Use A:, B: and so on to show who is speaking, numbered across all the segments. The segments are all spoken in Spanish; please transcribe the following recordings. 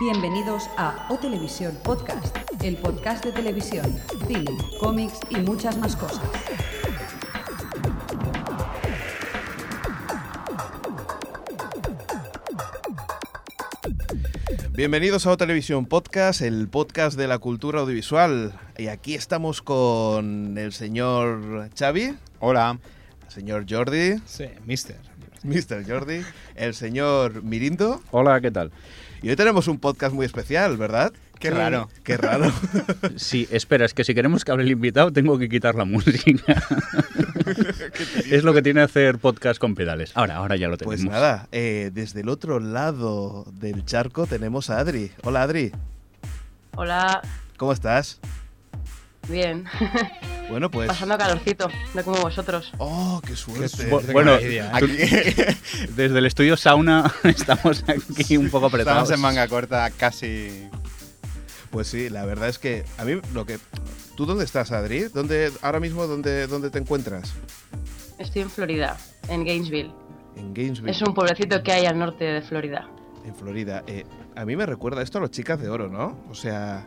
A: Bienvenidos a O Televisión Podcast, el podcast de televisión, cine, cómics y muchas más cosas.
B: Bienvenidos a O Televisión Podcast, el podcast de la cultura audiovisual. Y aquí estamos con el señor Xavi,
C: Hola.
B: el señor Jordi,
D: Sí, mister.
B: Mr. Jordi, el señor Mirindo.
E: Hola, ¿qué tal?
B: Y hoy tenemos un podcast muy especial, ¿verdad?
C: Qué raro.
B: Qué raro.
E: Sí, espera, es que si queremos que hable el invitado, tengo que quitar la música. es lo que tiene hacer podcast con pedales. Ahora, ahora ya lo tenemos.
B: Pues nada, eh, desde el otro lado del charco tenemos a Adri. Hola Adri,
F: Hola,
B: ¿cómo estás?
F: bien.
B: Bueno, pues...
F: Pasando calorcito, no como vosotros.
B: ¡Oh, qué suerte!
E: Bu- bueno, tú-
C: Aquí
E: desde el estudio sauna estamos aquí un poco apretados.
C: estamos en manga corta casi.
B: Pues sí, la verdad es que a mí lo que... ¿Tú dónde estás, Adri? ¿Dónde, ahora mismo dónde, dónde te encuentras?
F: Estoy en Florida, en Gainesville.
B: En Gainesville,
F: Es un pueblecito que hay al norte de Florida.
B: en Florida. Eh, a mí me recuerda esto a las chicas de oro, ¿no? O sea,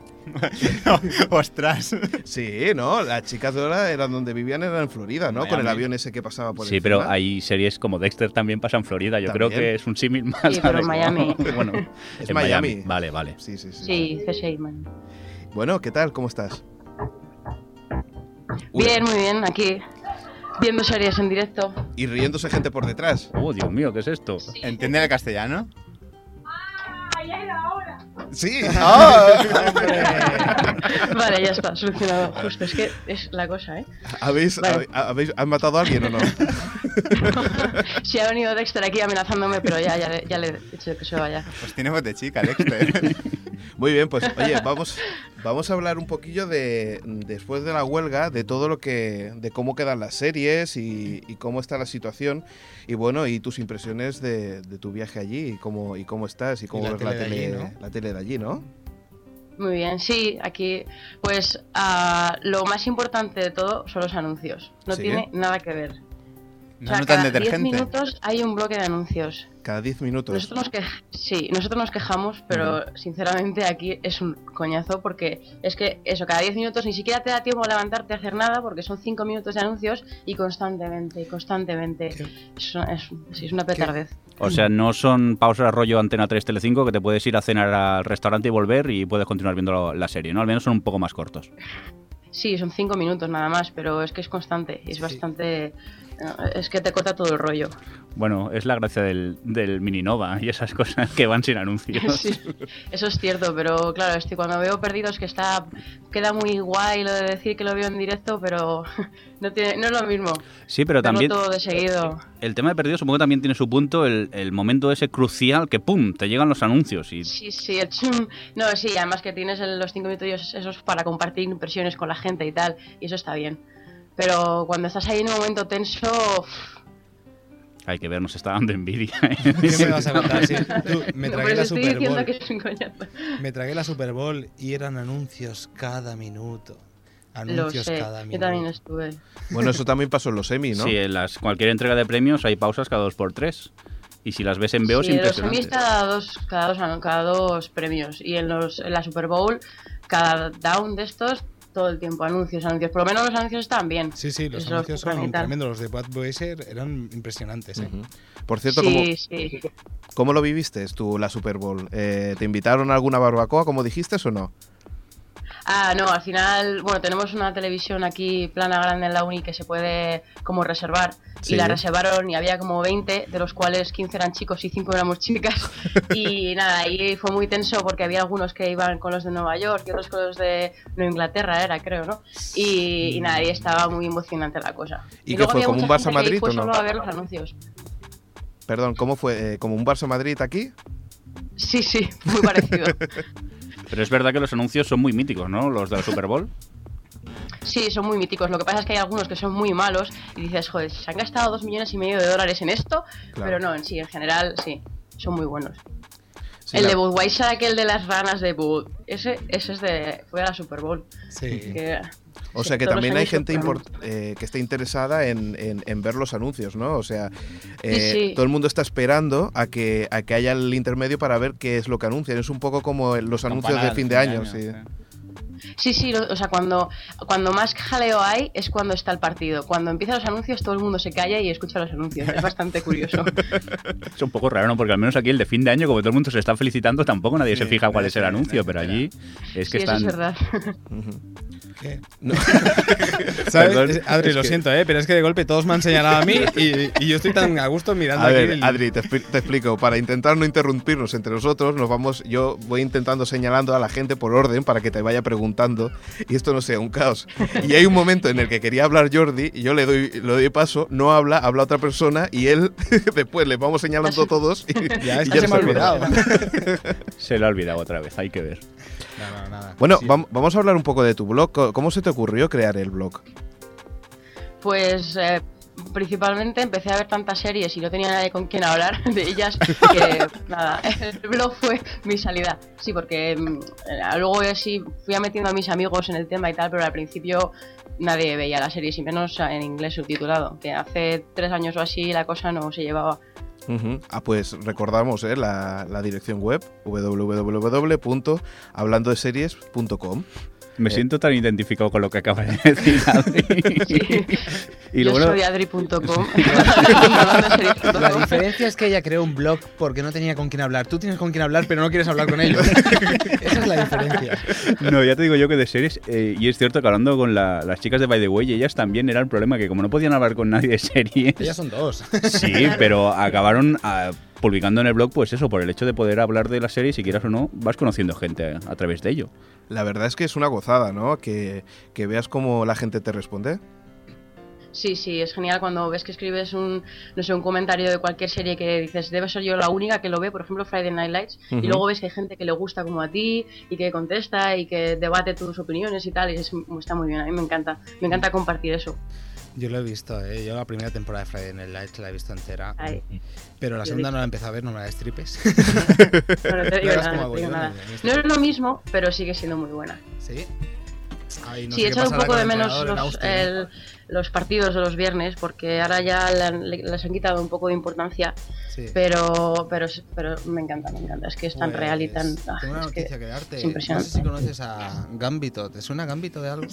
C: Ostras.
B: sí, ¿no? Las chicas de oro eran donde vivían, eran en Florida, ¿no? Con el
E: Miami.
B: avión ese que pasaba por
E: Sí,
B: encima.
E: pero hay series como Dexter también pasa en Florida. Yo creo
B: También.
E: que es un símil más.
F: Sí, pero en
E: adecuado.
F: Miami.
E: bueno,
B: Es
E: en
B: Miami.
E: Vale, vale.
B: Sí, sí, sí.
F: Sí, C. man.
B: Bueno, ¿qué tal? ¿Cómo estás? Uy,
F: Bien, muy bien, aquí. Viendo series en directo.
B: Y riéndose gente por detrás.
E: Oh, Dios mío, ¿qué es esto?
C: ¿Entienden el castellano?
B: Sí.
F: Ah. Vale, ya está, solucionado. Justo, es que es la cosa, ¿eh?
B: ¿Habéis,
F: Vale.
B: hab- habéis- ¿Han matado a alguien o no?
F: Si ha venido Dexter aquí amenazándome, pero ya, ya, le- ya le he dicho que se vaya.
C: Pues tiene voz de chica, Dexter.
B: Muy bien, pues oye, vamos, vamos a hablar un poquillo de después de la huelga, de todo lo que, de cómo quedan las series y, y cómo está la situación y bueno, y tus impresiones de, de tu viaje allí y cómo y cómo estás y cómo
D: la
B: ves
D: tele
B: la
D: de allí,
B: tele,
D: ¿no?
B: la tele de allí, ¿no?
F: Muy bien, sí, aquí pues ah, lo más importante de todo son los anuncios. No
B: Sí.
F: tiene nada que ver.
C: No
F: o sea,
C: notan
F: cada 10
C: detergente.
F: minutos hay un bloque de anuncios.
B: Cada 10 minutos.
F: Nosotros nos, quej- sí, nosotros nos quejamos, pero sinceramente aquí es un coñazo porque es que eso, cada 10 minutos ni siquiera te da tiempo a levantarte a hacer nada porque son 5 minutos de anuncios y constantemente, y constantemente. Es, una- es- sí, es una petardez.
E: O sea, no son pausas rollo Antena 3 Telecinco que te puedes ir a cenar al restaurante y volver y puedes continuar viendo la- la serie, ¿no? Al menos son un poco más cortos.
F: Sí, son 5 minutos nada más, pero es que es constante y es bastante... eh, Es que te corta todo el rollo.
E: Bueno, es la gracia del, del Mininova y esas cosas que van sin anuncios.
F: Sí, eso es cierto, pero claro, estoy, cuando veo perdidos que está queda muy guay lo de decir que lo veo en directo, pero no, tiene, no es lo mismo.
E: Sí, pero
F: Verlo
E: también
F: todo de seguido.
E: el tema de perdidos supongo que también tiene su punto, el, el momento ese crucial que ¡pum! te llegan los anuncios y
F: Sí, sí, el chum. No, sí, además que tienes el- los cinco minutos esos para compartir impresiones con la gente y tal, y eso está bien. Pero cuando estás ahí en un momento tenso, uf,
E: hay que ver, nos está dando envidia.
D: ¿Qué me vas a contar? Sí, tú, me
F: por
D: tragué
F: eso
D: la
F: estoy
D: Super
F: diciendo
D: Bowl.
F: que es un coñazo.
D: Me tragué la Super Bowl y eran anuncios cada minuto.
F: Lo
D: Anuncios
F: sé,
D: cada
F: yo
D: minuto.
F: también estuve.
B: Bueno, eso también pasó en los semi, ¿no?
D: eh.
E: Sí, en las, cualquier entrega de premios hay pausas cada dos por tres. Y si las ves en veo,
F: Sí,
E: es
F: en los
E: impresionante.
F: Emmys cada dos, cada dos, cada dos premios. Y en, los, en la Super Bowl, cada down de estos, todo el tiempo anuncios, anuncios. Por lo menos los anuncios están bien.
D: Sí, sí, los
F: Eso es
D: anuncios son
F: fundamental.
D: tremendos. Los de Bad Boys eran impresionantes. ¿eh?
B: Ujú. Por cierto,
F: sí,
B: ¿cómo,
F: sí.
B: cómo lo viviste tú la Super Bowl? Eh, ¿Te invitaron a alguna barbacoa, como dijiste, o no?
F: Ah, no, al final, bueno, tenemos una televisión aquí plana grande en la uni que se puede como reservar.
B: Sí.
F: Y la reservaron y había como 20, de los cuales 15 eran chicos y 5 éramos chicas. y nada, ahí fue muy tenso porque había algunos que iban con los de Nueva York y otros con los de Nueva Inglaterra, era, creo, ¿no? Y, y nada, ahí estaba muy emocionante la cosa.
B: Mm. ¿Y qué
F: luego
B: fue,
F: había
B: como
F: mucha
B: un Barça
F: gente que
B: Madrid
F: fue
B: o no?
F: solo a ver los anuncios.
B: Perdón, ¿cómo fue? Eh, ¿Como un Barça Madrid aquí?
F: Sí, sí, muy parecido.
E: Pero es verdad que los anuncios son muy míticos, ¿no? Los del Super Bowl.
F: Sí, son muy míticos. Lo que pasa es que hay algunos que son muy malos y dices, joder, se han gastado dos millones y medio de dólares en esto,
B: Claro.
F: pero no, en sí, en general, sí, son muy buenos.
B: Sí,
F: el
B: la-
F: de Budweiser, aquel de las ranas de Bud, ese, ese es de, fue a la Super Bowl.
D: Sí.
F: que
B: O
F: Sí,
B: sea que
F: todos los
B: también hay
F: años
B: gente
F: sorprende.
B: import- eh, que está interesada en, en- en ver los anuncios, ¿no? O sea, eh,
F: sí.
B: todo el mundo está esperando a que, a que haya el intermedio para ver qué es lo que anuncian. Es un poco como los anuncios de
C: Campanada
B: fin de año, sí.
F: Sí, sí, lo- o sea, cuando, cuando más jaleo hay es cuando está el partido. Cuando empiezan los anuncios, todo el mundo se calla y escucha los anuncios. Es bastante curioso.
E: Es un poco raro, ¿no? Porque al menos aquí el de fin de año, como todo el mundo se está felicitando, tampoco nadie se
C: Sí,
E: fija cuál
C: nadie
E: es el
C: se-
E: anuncio,
C: nadie
E: pero
C: se
E: allí es que
F: sí,
E: están...
F: eso es verdad.
B: Ujú.
D: ¿Qué?
B: ¿Sabes?
D: Perdón, Adri,
B: Es
D: lo
B: que-
D: siento, ¿eh? pero es que de golpe todos me han señalado a mí y, y yo estoy tan a gusto mirando
B: A
D: aquí
B: ver,
D: el-
B: Adri, te, expli- te explico. Para intentar no interrumpirnos entre nosotros, nos vamos. Yo voy intentando señalando a la gente por orden para que te vaya preguntando y esto no sea un caos. Y hay un momento en el que quería hablar Jordi y yo le doy, le doy paso, no habla, habla otra persona y él después le vamos señalando a todos. Y,
D: Ya, es
B: y
D: que se me ha
B: nos acordamos.
D: olvidado.
E: Se lo ha olvidado otra vez, hay que ver.
D: No, no, nada.
B: Bueno,
D: Sí.
B: vam- vamos a hablar un poco de tu blog. Co- ¿Cómo se te ocurrió crear el blog?
F: Pues eh, principalmente empecé a ver tantas series y no tenía nadie con quien hablar de ellas que nada, el blog fue mi salida. Sí, porque mm, eh, luego eh, sí fui metiendo a mis amigos en el tema y tal, pero al principio nadie veía las series y menos en inglés subtitulado, que hace tres años o así la cosa no se llevaba.
B: Ujú. Ah, pues recordamos ¿eh? la, la dirección web www.hablandodeseries.com.
E: Me siento tan identificado con lo que acabas de decir, Adri. Y
F: Yo
E: lo bueno-
F: soy adri.com.
D: La diferencia es que ella creó un blog porque no tenía con quién hablar. Tú tienes con quién hablar, pero no quieres hablar con ellos. Esa es la diferencia.
E: No, ya te digo yo que de series, eh, y es cierto que hablando con la- las chicas de By the Way, ellas también era el problema que como no podían hablar con nadie de series,
D: Ellas son dos.
E: sí, pero acabaron ah, publicando en el blog, pues eso, por el hecho de poder hablar de las series, si quieras o no, vas conociendo gente a, a través de ello.
B: La verdad es que es una gozada, ¿no? Que, que veas cómo la gente te responde.
F: Sí, sí, es genial cuando ves que escribes un, no sé, un comentario de cualquier serie que dices, debe ser yo la única que lo ve, por ejemplo, Friday Night Lights,
B: Ujú.
F: y luego ves que hay gente que le gusta como a ti y que contesta y que debate tus opiniones y tal, y es- está muy bien, a mí me encanta, me encanta compartir eso.
D: Yo lo he visto, ¿eh? Yo la primera temporada de Friday Night Lights la he visto entera.
F: Ay,
D: Pero la
F: Yo
D: segunda
F: le-
D: no la he empezado a ver, no me la destripes.
F: no, no te digo
D: Claro, es
F: nada,
D: como
F: no te digo
D: Aguilera,
F: nada.
D: en este
F: No es lo mismo, pero sigue siendo muy buena.
D: ¿Sí? Ay, no
F: sí,
D: sé
F: he
D: qué
F: echado un
D: pasará
F: poco
D: con
F: de
D: el
F: menos
D: entrenador en
F: los,
D: Austria.
F: el- los partidos de los viernes, porque ahora ya le han- le- les han quitado un poco de importancia,
D: Sí.
F: pero, pero, pero me encanta, me encanta, es que es tan
D: Pues,
F: real y tan... ah,
D: Tengo una
F: es que-
D: noticia que darte.
F: es
D: No sé
F: impresionante.
D: si conoces a Gambito. ¿Te suena Gambito de algo?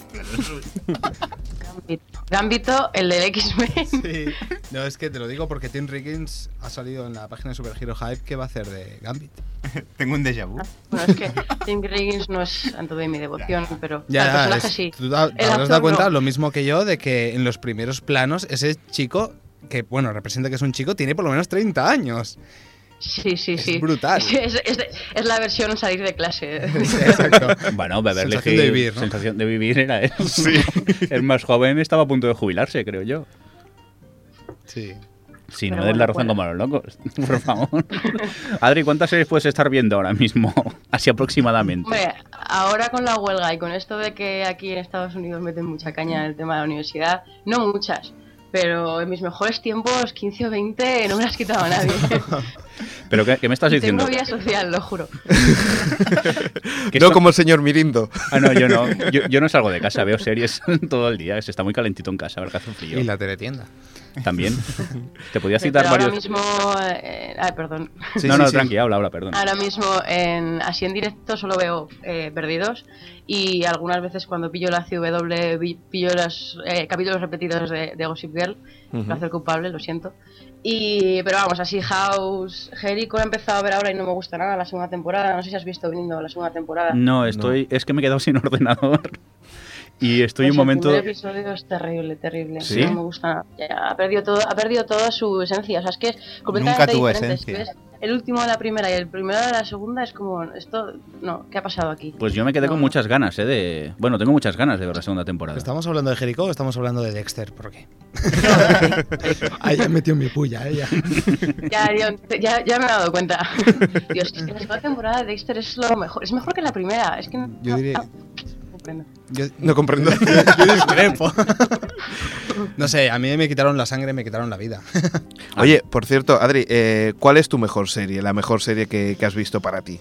F: Gambito. Gambito, el del X-Men.
D: Sí. No, es que te lo digo porque Tim Riggins ha salido en la página de Super Hero Hype que va a hacer de Gambit.
C: Tengo un déjà vu.
F: Bueno, es que Tim Riggins no es tanto de mi devoción, pero
D: Ya,
F: el personaje
D: es-
F: sí.
D: tú da- te habrás
F: actor
D: dado cuenta,
F: no.
D: lo mismo que yo, de que en los primeros planos ese chico, que bueno, representa que es un chico, tiene por lo menos 30 años.
F: Sí, sí,
D: es
F: sí.
D: brutal.
F: Sí, Es, es de- es la versión salir de clase.
D: Exacto.
E: Bueno, Beverly
D: Sensación de vivir, ¿no?
E: sensación de vivir era él. El más joven estaba a punto de jubilarse, creo yo.
D: Sí.
E: Si
F: Pero
E: no, des la
F: bueno,
E: razón
F: pues. bueno.
E: como a los locos, por favor. Adri, ¿cuántas series puedes estar viendo ahora mismo? Así aproximadamente.
F: Hombre, ahora con la huelga y con esto de que aquí en Estados Unidos meten mucha caña en el tema de la universidad, no muchas, pero en mis mejores tiempos, 15 o 20, no me las quitaba nadie.
E: ¿Pero qué, qué me estás diciendo?
F: Tengo vida social, lo juro.
E: Que
B: No
E: esto-
B: como el señor Mirindo.
E: Ah, no, yo no. Yo, yo no salgo de casa, veo series todo el día. Se está muy calentito en casa, ¿verdad? que Hace frío.
D: Y la teletienda.
E: También. Te podía
F: Sí,
E: citar
F: pero ahora
E: varios.
F: mismo... eh, ay, perdón.
B: Sí,
E: no,
B: sí,
E: no,
B: sí.
E: tranqui, habla, habla, perdón.
F: Ahora mismo, en, así en directo, solo veo eh, perdidos y algunas veces cuando pillo la CW, vi- pillo los eh, capítulos repetidos de, de Gossip Girl,
B: Ujú.
F: placer culpable, lo siento. Y, pero vamos, así House, Jericho he empezado a ver ahora y no me gusta nada la segunda temporada, no sé si has visto viniendo la segunda temporada.
E: No, estoy. Es que me he quedado sin ordenador. Y estoy
F: Pues
E: un momento.
F: El primer episodio es terrible, terrible.
E: ¿Sí?
F: No me gusta nada. Ya, ha, perdido todo, ha perdido toda su esencia. O sea, es que es completamente
C: Nunca tuvo
F: diferente.
C: esencia.
F: Ves El último de la primera y el primero de la segunda es como, esto, no, ¿qué ha pasado aquí?
E: Pues yo me quedé
F: No,
E: con
F: no.
E: muchas ganas, ¿eh? De... Bueno, tengo muchas ganas de ver la segunda temporada.
D: ¿Estamos hablando de Jericho o estamos hablando de Dexter? ¿Por qué? Ahí ya metió mi puya, ella.
F: Ya, yo- ya, ya me he dado cuenta. Dios, es que la segunda temporada de Dexter es lo mejor. Es mejor que la primera. Es que no-
D: Yo diré-
F: no- comprendo.
D: Yo,
B: No comprendo.
D: no sé, a mí me quitaron la sangre, me quitaron la vida.
B: Oye, por cierto, Adri, eh, ¿cuál es tu mejor serie? La mejor serie que, que has visto para ti.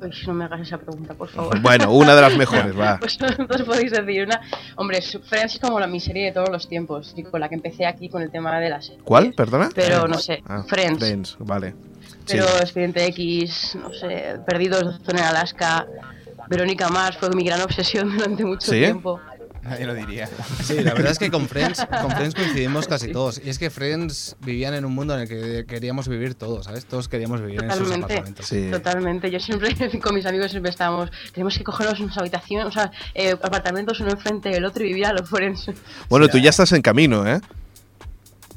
F: Uy, Pues no me hagas esa pregunta, por favor.
B: Bueno, una de las mejores, va.
F: Pues vosotros podéis decir una. Hombre, Friends es como la, mi serie de todos los tiempos, y con la que empecé aquí con el tema de la serie.
B: ¿Cuál? ¿Perdona?
F: Pero no sé,
B: Ah,
F: Friends.
B: Friends, vale. Sí.
F: Pero Expediente X, no sé, Perdidos en Alaska, Verónica Mars fue mi gran obsesión durante mucho
B: ¿Sí?
F: tiempo.
C: Nadie lo diría.
D: Sí, la verdad es que con Friends, con Friends coincidimos casi todos. Y es que Friends vivían en un mundo en el que queríamos vivir todos, ¿sabes? Todos queríamos vivir en sus
F: Totalmente.
D: apartamentos.
B: Sí.
F: Totalmente. Yo siempre, con mis amigos siempre estábamos, tenemos que cogernos unas habitaciones, o sea, eh, apartamentos uno enfrente del otro y vivir a los Friends.
B: Bueno, tú ya estás en camino, ¿eh?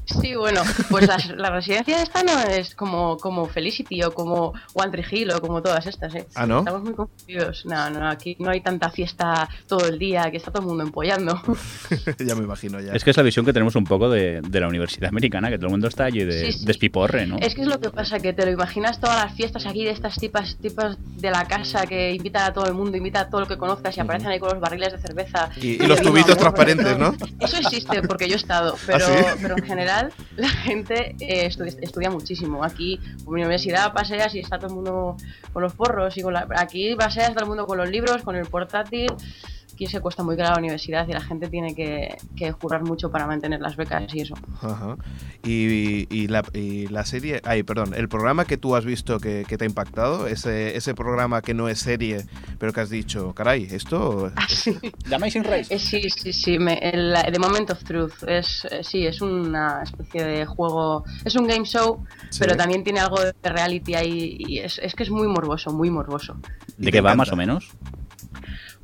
F: Sí, bueno, pues las- la residencia esta no es como, como Felicity o como One Tree Hill o como todas estas, ¿eh?
B: Ah, ¿no?
F: Estamos muy confundidos. No, no, aquí no hay tanta fiesta todo el día que está todo el mundo empollando.
B: ya me imagino ya.
E: Es que es la visión que tenemos un poco de, de la universidad americana, que todo el mundo está allí de
F: Sí, sí.
E: despiporre, ¿no?
F: Es que es lo que pasa, que te lo imaginas todas las fiestas aquí de estas tipas, tipas de la casa que invitan a todo el mundo, invita a todo lo que conozcas y aparecen ahí con los barriles de cerveza.
B: Y- y
F: de
B: los
F: vino
B: tubitos
F: a bordo,
B: transparentes, ¿no?
F: Eso existe porque yo he estado, pero,
B: ¿Ah, sí?
F: pero en general la gente eh, estu- estudia, muchísimo. Aquí, por mi universidad, paseas y está todo el mundo con los porros. y con la- Aquí paseas todo el mundo con los libros, con el portátil. Aquí se cuesta muy cara la universidad y la gente tiene que, que jurar mucho para mantener las becas y eso.
B: Ajá. Y, y la, y la serie, ay, perdón, el programa que tú has visto que, que te ha impactado, ese, ese programa que no es serie, pero que has dicho, caray, esto...
F: Así.
E: The Amazing Race.
F: Eh, sí, sí, sí. me- el, The Moment of Truth. Es, eh, sí, es una especie de juego. Es un game show,
B: Sí.
F: pero también tiene algo de reality ahí. Y es, es que es muy morboso, muy morboso.
E: ¿De
B: Y
E: qué
B: te
E: va
B: encanta.
E: más o menos?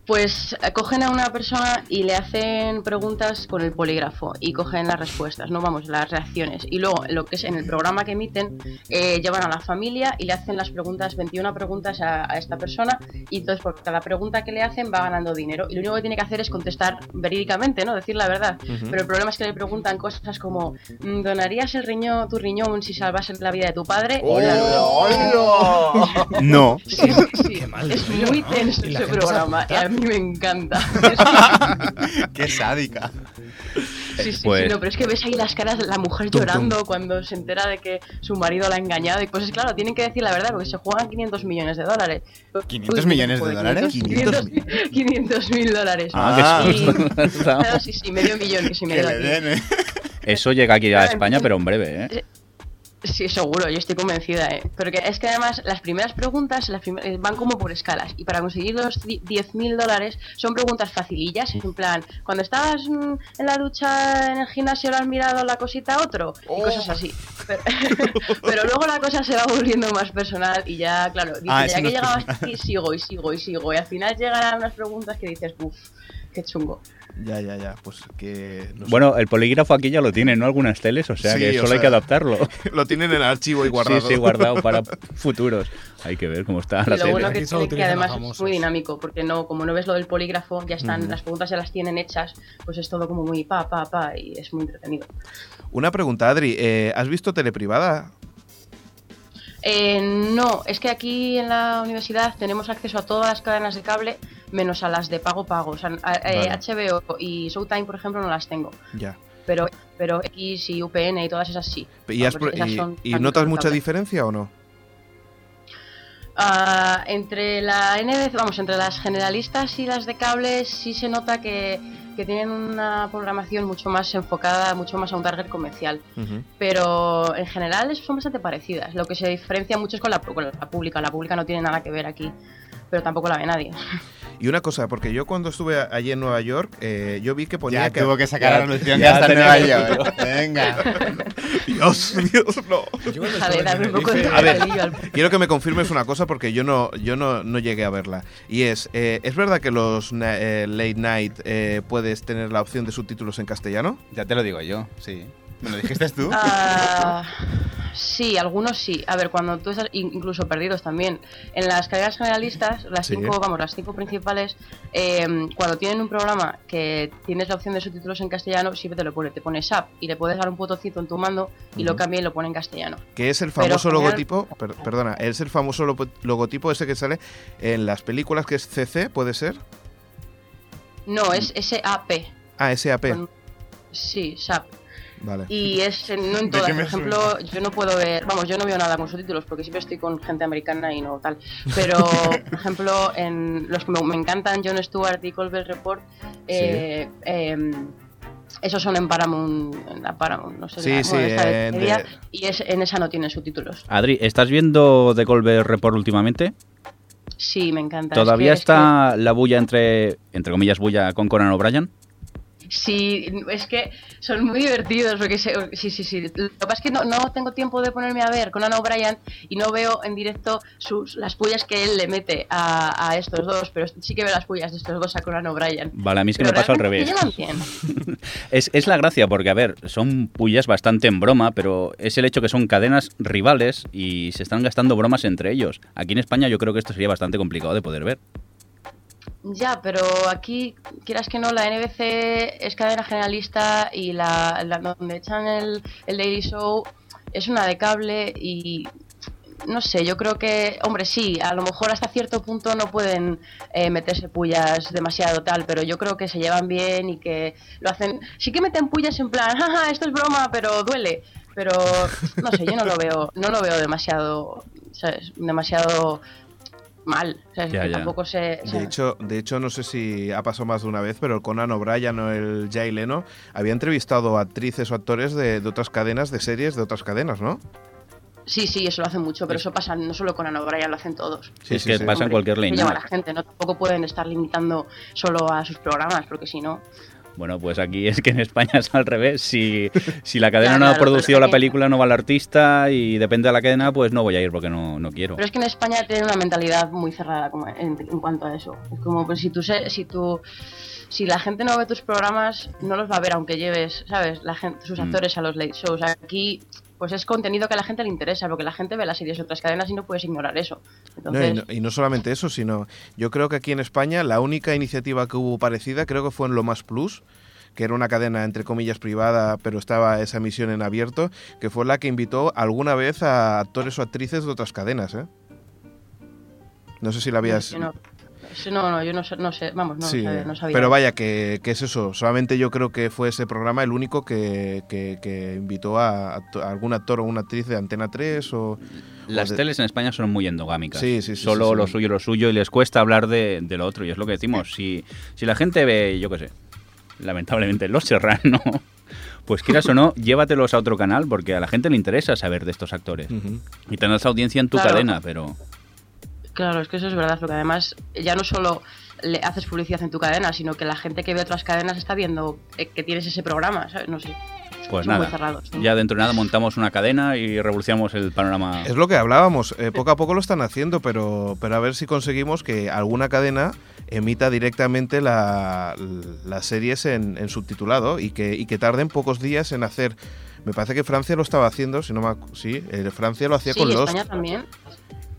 F: Pues eh, cogen a una persona y le hacen preguntas con el polígrafo y cogen las respuestas, no vamos, las reacciones. Y luego, lo que es en el programa que emiten, eh, llevan a la familia y le hacen las preguntas, 21 preguntas a, a esta persona. Y entonces, por cada pregunta que le hacen, va ganando dinero. Y lo único que tiene que hacer es contestar verídicamente, ¿no? Decir la verdad.
B: Ujú.
F: Pero el problema es que le preguntan cosas como: mm, ¿donarías el riñón, tu riñón si salvases la vida de tu padre? Y
C: Oh,
F: la-
C: No.
F: Sí, sí, sí.
D: mal
F: es
D: rollo,
F: muy
D: ¿no?
F: tenso
D: Y la
F: ese
D: gente se
F: programa y
D: apunta.
F: a mí me encanta.
C: Qué sádica.
F: Sí, sí, sí,
E: Pues-
F: no, pero es que ves ahí las caras de la mujer
B: Tum, tum.
F: llorando cuando se entera de que su marido la ha engañado y cosas. Claro, tienen que decir la verdad porque se juegan 500 millones de dólares.
C: ¿500 millones de
F: joder,
C: dólares?
F: 500 500 mil dólares.
E: Ah, qué
F: Y-
E: susto.
F: claro, sí, sí, medio millón que sí
C: Que
F: medio
C: le den, ¿eh?
E: Eso llega aquí a España, pero en breve, ¿eh?
F: Sí, seguro, yo estoy convencida, ¿eh? Porque es que además las primeras preguntas las prim- eh, van como por escalas. Y para conseguir los di- 10.000 dólares son preguntas facilillas. En plan, cuando estabas mm, en la ducha en el gimnasio, le has mirado la cosita a otro.
C: Oh.
F: Y cosas así. Pero, pero luego la cosa se va volviendo más personal y ya, claro, dices,
C: Ah, eso
F: ya que
C: no es
F: llegaba aquí, sigo y sigo y sigo. Y al final llegan unas preguntas que dices, uff, qué chungo.
B: Ya, ya, ya, pues que... no sé.
E: Bueno, el polígrafo aquí ya lo tienen, ¿no? Algunas teles, o sea
B: Sí,
E: que
B: o
E: solo hay
B: sea,
E: que adaptarlo.
B: Lo tienen en el archivo y guardado.
E: Sí, sí, guardado para futuros. Hay que ver cómo está la
F: Y lo
E: tele.
F: bueno
D: Aquí
F: que
D: solo
F: tiene que
D: utilizan los
F: además es
D: famosos.
F: muy dinámico, porque no, como no ves lo del polígrafo, ya están, las preguntas ya las tienen hechas, pues es todo como muy pa, pa, pa, y es muy entretenido.
B: Una pregunta, Adri, eh, ¿has visto Teleprivada?
F: Eh, no, es que aquí en la universidad tenemos acceso a todas las cadenas de cable, menos a las de pago pago. O sea, a- eh,
B: Vale.
F: HBO y Showtime, por ejemplo, no las tengo,
B: Ya.
F: pero, pero X y UPN y todas esas sí.
B: ¿Y, has
F: Ah, porque
B: pro-
F: esas
B: y-
F: son
B: y
F: tan
B: notas mucha
F: rentables.
B: diferencia o no?
F: Ah, entre la NBC, vamos, entre las generalistas y las de cable sí se nota que, que tienen una programación mucho más enfocada, mucho más a un target comercial.
B: Ujú.
F: Pero en general son bastante parecidas. Lo que se diferencia mucho es con la, con la pública. La pública no tiene nada que ver aquí, pero tampoco la ve nadie.
B: Y una cosa, porque yo cuando estuve a- allí en Nueva York, eh, yo vi que ponía
C: Ya
B: que...
C: tuvo que sacar
E: ya-
C: a la Lución que
E: ya
C: hasta
E: tenía
C: Nueva
E: que-
C: York. Venga.
B: Dios, Dios, no.
D: Yo cuando
F: Joder,
D: estuve en
F: dame un poco de
D: Tenerife-
B: A ver.
F: alivio al-
B: Quiero que me confirmes una cosa porque yo no, yo no, no llegué a verla. Y es, eh, ¿es verdad que los na- eh, late night eh, puedes tener la opción de subtítulos en castellano?
C: Ya te lo digo yo, sí. ¿Me lo dijiste tú?
F: Ah, sí, algunos sí. A ver, cuando tú estás, in- incluso perdidos también. En las carreras generalistas, las
B: Sí.
F: cinco, vamos, las cinco principales, eh, cuando tienen un programa que tienes la opción de subtítulos en castellano, siempre te lo pone, te pones app y le puedes dar un botoncito en tu mando y lo
B: Ujú.
F: cambia y lo pone en castellano.
B: Que es el
F: Pero
B: famoso
F: general-
B: logotipo, per- perdona, es el famoso lopo- logotipo ese que sale en las películas que es CC, ¿puede ser?
F: No, es SAP.
B: Mm. Ah, SAP.
F: con- sí, SAP.
B: Vale.
F: Y es, en- no en
C: ¿De
F: todas.
C: qué
F: Por
C: me
F: ejemplo, yo no puedo ver, vamos, yo no veo nada con subtítulos porque siempre estoy con gente americana y no tal. Pero, por ejemplo, en los que me, me encantan, John Stewart y Colbert Report, eh, em, esos son en Paramount, en la Paramount, no sé.
B: Sí,
F: la-
B: sí,
F: bueno, esa de
B: en-
F: media,
B: de-
F: Y es, en esa no tienen subtítulos.
E: Adri, ¿estás viendo The Colbert Report últimamente?
F: Sí, me encanta. Es
E: ¿Todavía
F: que- es
E: está la bulla entre, entre comillas, bulla con Conan O'Brien?
F: que- sí, es que son muy divertidos porque se- sí, sí, sí. Lo que pasa es que no, no tengo tiempo de ponerme a ver con Ana O'Brien y no veo en directo sus, las pullas que él le mete a, a estos dos, pero sí que veo las pullas de estos dos a Conan O'Brien.
E: Vale, a mí es que
F: Pero
E: me pasó al
F: realmente
E: revés.
F: se llevan bien.
E: Es, es la gracia, porque, a ver, son pullas bastante en broma, pero es el hecho que son cadenas rivales y se están gastando bromas entre ellos. Aquí en España yo creo que esto sería bastante complicado de poder ver.
F: Ya, pero aquí, quieras que no, la NBC es cadena generalista y la, la donde echan el, el Daily Show es una de cable y no sé, yo creo que, hombre, sí, a lo mejor hasta cierto punto no pueden eh, meterse pullas demasiado tal, pero yo creo que se llevan bien y que lo hacen. Sí que meten pullas en plan, jaja, esto es broma, pero duele. Pero no sé, yo no lo veo, no lo veo demasiado, ¿sabes? demasiado mal. ¿sabes?
E: Ya,
F: Que
E: ya.
F: Tampoco se.
B: De hecho, de hecho, no sé si ha pasado más de una vez, pero el Conan O'Brien o el Jay Leno había entrevistado a actrices o actores de, de otras cadenas, de series de otras cadenas, ¿no?
F: Sí, sí, eso lo hacen mucho, pero eso pasa no solo con Ana O'Brien, lo hacen todos.
B: Sí,
E: es
B: sí,
E: que
B: sí.
E: pasa en
F: Hombre,
E: cualquier
F: que
E: ley.
F: lleva la gente, no tampoco pueden estar limitando solo a sus programas, porque si no.
E: Bueno, pues aquí es que en España es al revés. Si, si la cadena no
F: claro,
E: ha
F: pero
E: producido la
F: también-
E: película, no va el artista y depende de la cadena, pues no voy a ir porque no, no quiero.
F: Pero es que en España tienen una mentalidad muy cerrada como en, en cuanto a eso. Es como, pues si tú, se- si tú. Si la gente no ve tus programas, no los va a ver, aunque lleves, ¿sabes?, la gente, sus
E: Mm.
F: actores a los late shows. Aquí, pues es contenido que a la gente le interesa, porque la gente ve las series de otras cadenas y no puedes ignorar eso.
B: No, y,
F: Entonces,
B: no, y no solamente eso, sino yo creo que aquí en España la única iniciativa que hubo parecida creo que fue en Lo Más Plus, que era una cadena entre comillas privada, pero estaba esa emisión en abierto, que fue la que invitó alguna vez a actores o actrices de otras cadenas, ¿eh? No sé si la habías...
F: yo no, eso no, no, yo no sé, no sé, vamos, no,
B: Sí,
F: sabía, no sabía.
B: pero vaya, que, que es eso. Solamente yo creo que fue ese programa el único que, que- que invitó a, a algún actor o una actriz de Antena 3 o...
E: Las
B: de-
E: teles en España son muy endogámicas.
B: Sí, sí, sí,
E: Solo
B: sí, sí.
E: lo suyo, lo suyo, y les cuesta hablar de, de lo otro. Y es lo que decimos. Si, si la gente ve, yo qué sé, lamentablemente Los Serrano, pues quieras o no, llévatelos a otro canal porque a la gente le interesa saber de estos actores.
B: Ujú.
E: Y tendrás audiencia en tu
F: Claro.
E: cadena, pero.
F: Claro, es que eso es verdad, porque además ya no solo le haces publicidad en tu cadena, sino que la gente que ve otras cadenas está viendo eh, que tienes ese programa, ¿sabes? No sé.
E: Pues
F: Son muy
E: nada.
F: cerrados, ¿no?
E: Ya dentro de nada montamos una cadena y revolucionamos el panorama.
B: Es lo que hablábamos, eh, poco a poco lo están haciendo, pero, pero a ver si conseguimos que alguna cadena emita directamente la- las series en, en subtitulado y que, y que tarden pocos días en hacer... Me parece que Francia lo estaba haciendo, si no me... acu- Sí, eh, Francia lo hacía
F: Sí,
B: con
F: y
B: los...
F: España también.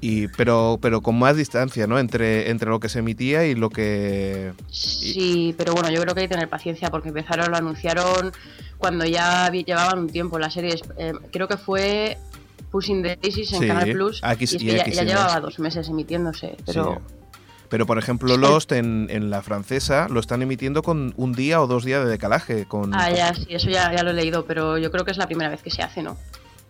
B: Y, pero, pero con más distancia, ¿no? Entre, entre lo que se emitía y lo que...
F: Sí, pero bueno, yo creo que hay que tener paciencia porque empezaron, lo anunciaron cuando ya vi- llevaban un tiempo las series. eh, creo que fue Pushing the Daisies en
B: Sí,
F: Canal Plus.
B: X-
F: y es
B: y
F: que ya-
B: X,
F: ya,
B: sí,
F: llevaba dos meses emitiéndose, pero
B: Sí. Pero, por ejemplo, Lost en, en la francesa lo están emitiendo con un día o dos días de decalaje. Con,
F: ah, ya, sí, eso ya, ya lo he leído, pero yo creo que es la primera vez que se hace, ¿no?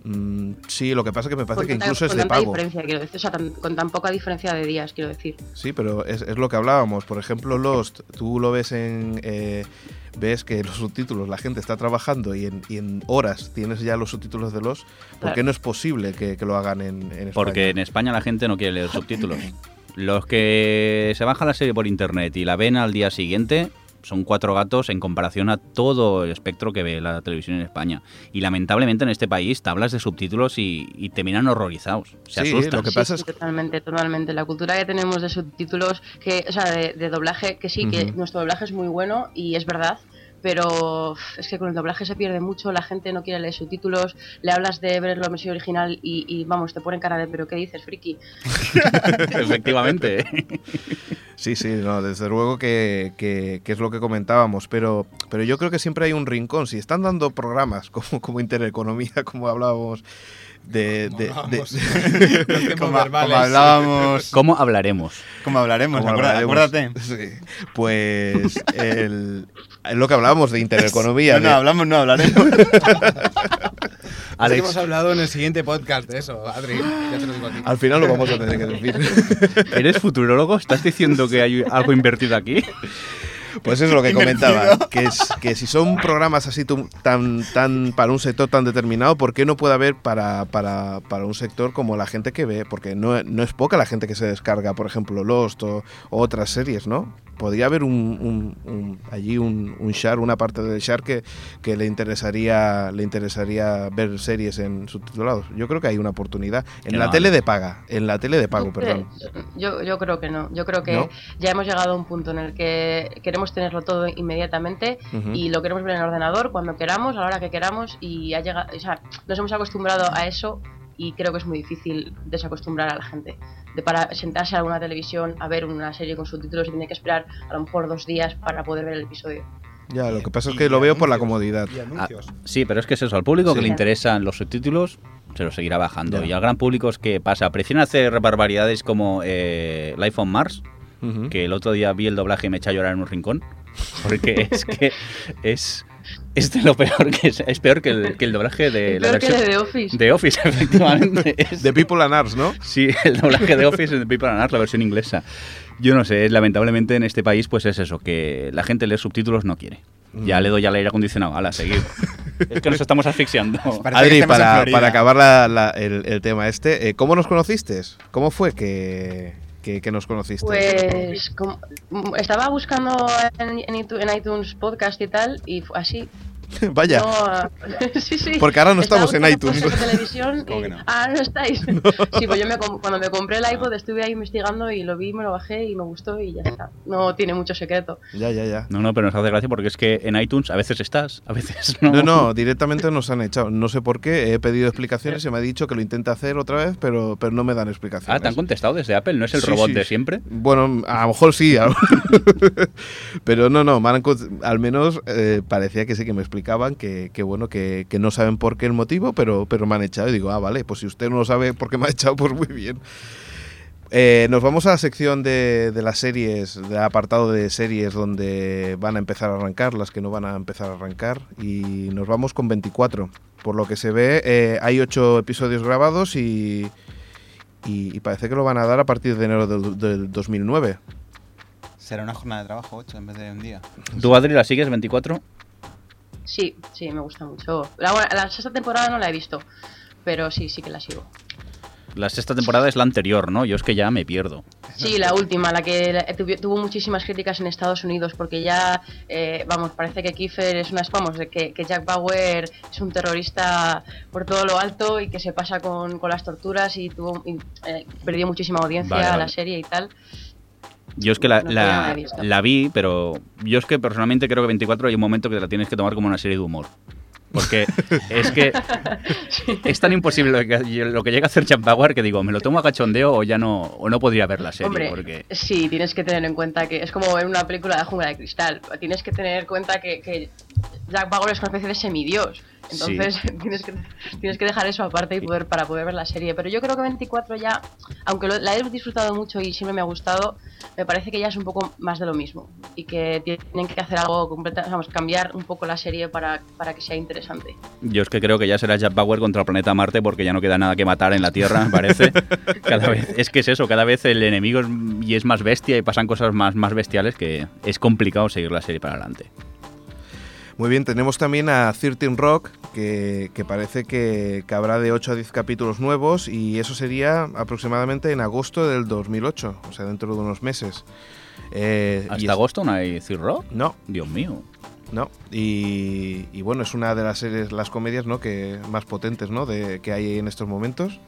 B: Mm, sí, lo que pasa es que me parece
F: Con
B: que
F: tanta-
B: incluso es
F: con
B: de
F: tanta
B: pago.
F: diferencia, quiero decir, o sea, tan- con tan poca diferencia de días, quiero decir.
B: Sí, pero es, es lo que hablábamos. Por ejemplo, Lost, tú lo ves en... eh, ves que los subtítulos, la gente está trabajando y en, y en horas tienes ya los subtítulos de Lost. ¿Por
F: Claro.
B: qué no es posible que, que lo hagan en, en España?
E: Porque en España la gente no quiere leer subtítulos. Los que se baja la serie por internet y la ven al día siguiente son cuatro gatos en comparación a todo el espectro que ve la televisión en España. Y lamentablemente en este país te hablas de subtítulos y, y te miran horrorizados. Se
B: Sí,
E: asustan.
B: lo que
F: Sí,
B: pasa
F: sí,
B: es que-
F: totalmente, totalmente. La cultura que tenemos de subtítulos, que, o sea, de, de doblaje, que sí, que
B: Ujú.
F: nuestro doblaje es muy bueno y es verdad, pero uf, es que con el doblaje se pierde mucho, la gente no quiere leer subtítulos, le hablas de ver la versión original y, y, vamos, te ponen cara de, pero ¿qué dices, friki?
E: Efectivamente.
B: Sí, sí, no, desde luego que, que- que es lo que comentábamos, pero, pero yo creo que siempre hay un rincón. Si están dando programas como, como Intereconomía, como hablábamos de... de- de-
C: Como, como hablábamos.
E: ¿Cómo hablaremos?
C: Como hablaremos,
B: como
C: acuerda-
B: hablábamos.
C: acuérdate.
B: Sí. Pues el- es lo que hablamos de intereconomía.
C: No, no,
B: de-
C: hablamos, no hablaremos.
D: Es que
E: Alex,
D: hemos hablado en el siguiente podcast de eso, Adri. Ya te lo digo a ti.
B: Al final lo vamos a tener que decir.
E: ¿eres futurólogo? ¿Estás diciendo que hay algo invertido aquí?
B: Pues eso es lo que comentaba, que, es, que si son programas así tu- tan, tan para un sector tan determinado, ¿por qué no puede haber para, para, para un sector como la gente que ve? Porque no, no es poca la gente que se descarga, por ejemplo, Lost o, o otras series, ¿no? Podría haber un, un- un- allí un, un share, una parte del share que, que le interesaría le interesaría ver series en subtitulados. Yo creo que hay una oportunidad. En
E: Que
B: la
E: no.
B: tele de paga, en la tele de pago,
F: No
B: perdón.
F: sé, Yo, yo creo que no. Yo creo que
B: ¿No?
F: ya hemos llegado a un punto en el que queremos tenerlo todo inmediatamente
B: Ujú.
F: y lo queremos ver en el ordenador cuando queramos, a la hora que queramos y ha llegado, o sea, nos hemos acostumbrado a eso y creo que es muy difícil desacostumbrar a la gente de para sentarse a una televisión a ver una serie con subtítulos y tiene que esperar a lo mejor dos días para poder ver el episodio.
B: Ya, lo que pasa es que lo veo por la comodidad. Ah,
D: Y anuncios.
E: Sí, pero es que es eso, al público que
B: Sí.
E: le interesan los subtítulos se los seguirá bajando. Y al gran público es que pasa, prefieren hacer barbaridades como eh, Life on Mars,
B: Ujú.
E: que el otro día vi el doblaje y me eché a llorar en un rincón, porque es que es, es de lo peor que es, es peor que el, que el doblaje
B: Eh,
E: de la
F: Peor que
E: versión
F: de The Office.
B: este
E: de Office, efectivamente. Es-
B: De People and Arts, ¿no?
E: Sí, el doblaje de Office en Paper la versión inglesa. Yo no sé, lamentablemente en este país pues es eso, que la gente leer subtítulos no quiere. Ya
B: Mm.
E: le doy al aire acondicionado, ala, seguir. es que nos estamos asfixiando. Ah,
C: Parece que
B: Adri,
C: estemos en
B: para,
C: Florida.
B: para acabar la- la- el, el tema este, eh, ¿cómo nos conociste? ¿Cómo fue que, que- que nos conociste?
F: Pues como- mm, estaba buscando en, en iTu- en iTunes podcast y tal y fu- así.
B: Vaya,
F: No, sí, sí.
B: Porque ahora no
F: Estaba
B: estamos en
F: buscando
B: iTunes.
F: cosas de televisión
C: ¿Cómo
F: y-
C: que no?
F: Ah, no estáis. Sí, pues yo me com- cuando me compré el iPod estuve ahí investigando y lo vi, me lo bajé y me gustó y ya está. No tiene mucho secreto.
B: ya, ya, ya.
E: No, no, pero nos hace gracia porque es que en iTunes a veces estás, a veces no.
B: No, no, directamente nos han echado. No sé por qué, he pedido explicaciones y me ha dicho que lo intenta hacer otra vez, pero, pero no me dan
E: Ah,
B: explicaciones.
E: ¿te han contestado desde Apple? ¿No es el
B: Sí,
E: robot
B: sí.
E: de siempre?
B: Bueno, a lo mejor sí, a lo- pero no, no, me han cont- al menos eh, parecía que sí que me explicaban que, que bueno, que, que no saben por qué el motivo, pero, pero me han echado y digo, ah, vale, pues si usted no sabe por qué me ha echado, pues muy bien. Eh, nos vamos a la sección de, de las series, del apartado de series donde van a empezar a arrancar, las que no van a empezar a arrancar, y nos vamos con 24. Por lo que se ve, eh, hay 8 episodios grabados y, y, y parece que lo van a dar a partir de enero del, del 2009.
C: Será una jornada de trabajo, 8 en vez de un día.
E: ¿Tú, Adri, la sigues 24?
F: Sí, sí, me gusta mucho. La, bueno, la sexta temporada no la he visto, pero sí, sí que la sigo.
E: La sexta temporada es la anterior, ¿no? Yo es que ya me pierdo.
F: Sí, la última, la que la- eh, tuvi- tuvo muchísimas críticas en Estados Unidos, porque ya, eh, vamos, parece que Kiefer es una, vamos, de que, que Jack Bauer es un terrorista por todo lo alto y que se pasa con, con las torturas y tuvo y, eh, perdió muchísima audiencia
E: Vale,
F: a la
E: vale.
F: serie y tal.
E: Yo es que la,
F: No,
E: la-
F: yo no la he visto.
E: la vi, pero yo es que personalmente creo que 24 hay un momento que te la tienes que tomar como una serie de humor. Porque es que es tan imposible lo que, lo que llega a hacer Jack Bauer que digo, me lo tomo a cachondeo o ya no, o no podría ver la serie.
F: Hombre,
E: porque
F: sí, tienes que tener en cuenta que es como en una película de Jungla de Cristal, tienes que tener en cuenta que, que Jack Bauer es una especie de semidios. Entonces tienes, que, tienes que dejar eso aparte y poder, para poder ver la serie. Pero yo creo que 24 ya, aunque lo- la he disfrutado mucho y siempre me ha gustado, me parece que ya es un poco más de lo mismo. Y que tienen que hacer algo completamente, vamos, cambiar un poco la serie para, para que sea interesante.
E: yo es que creo que ya será Jack Bauer contra el planeta Marte porque ya no queda nada que matar en la Tierra, me parece. Cada vez, es que es eso, cada vez el enemigo es, y es más bestia y pasan cosas más, más bestiales que es complicado seguir la serie para adelante.
B: Muy bien, tenemos también a 13 Rock, que, que parece que, que habrá de 8 a 10 capítulos nuevos y eso sería aproximadamente en agosto del 2008, o sea, dentro de unos meses. Eh, y es-
E: ¿Hasta agosto no hay Third Rock?
B: No,
E: Dios mío.
B: no. Y, y bueno, es una de las series, las comedias, ¿no? Que más potentes, ¿no? De, que hay en estos momentos.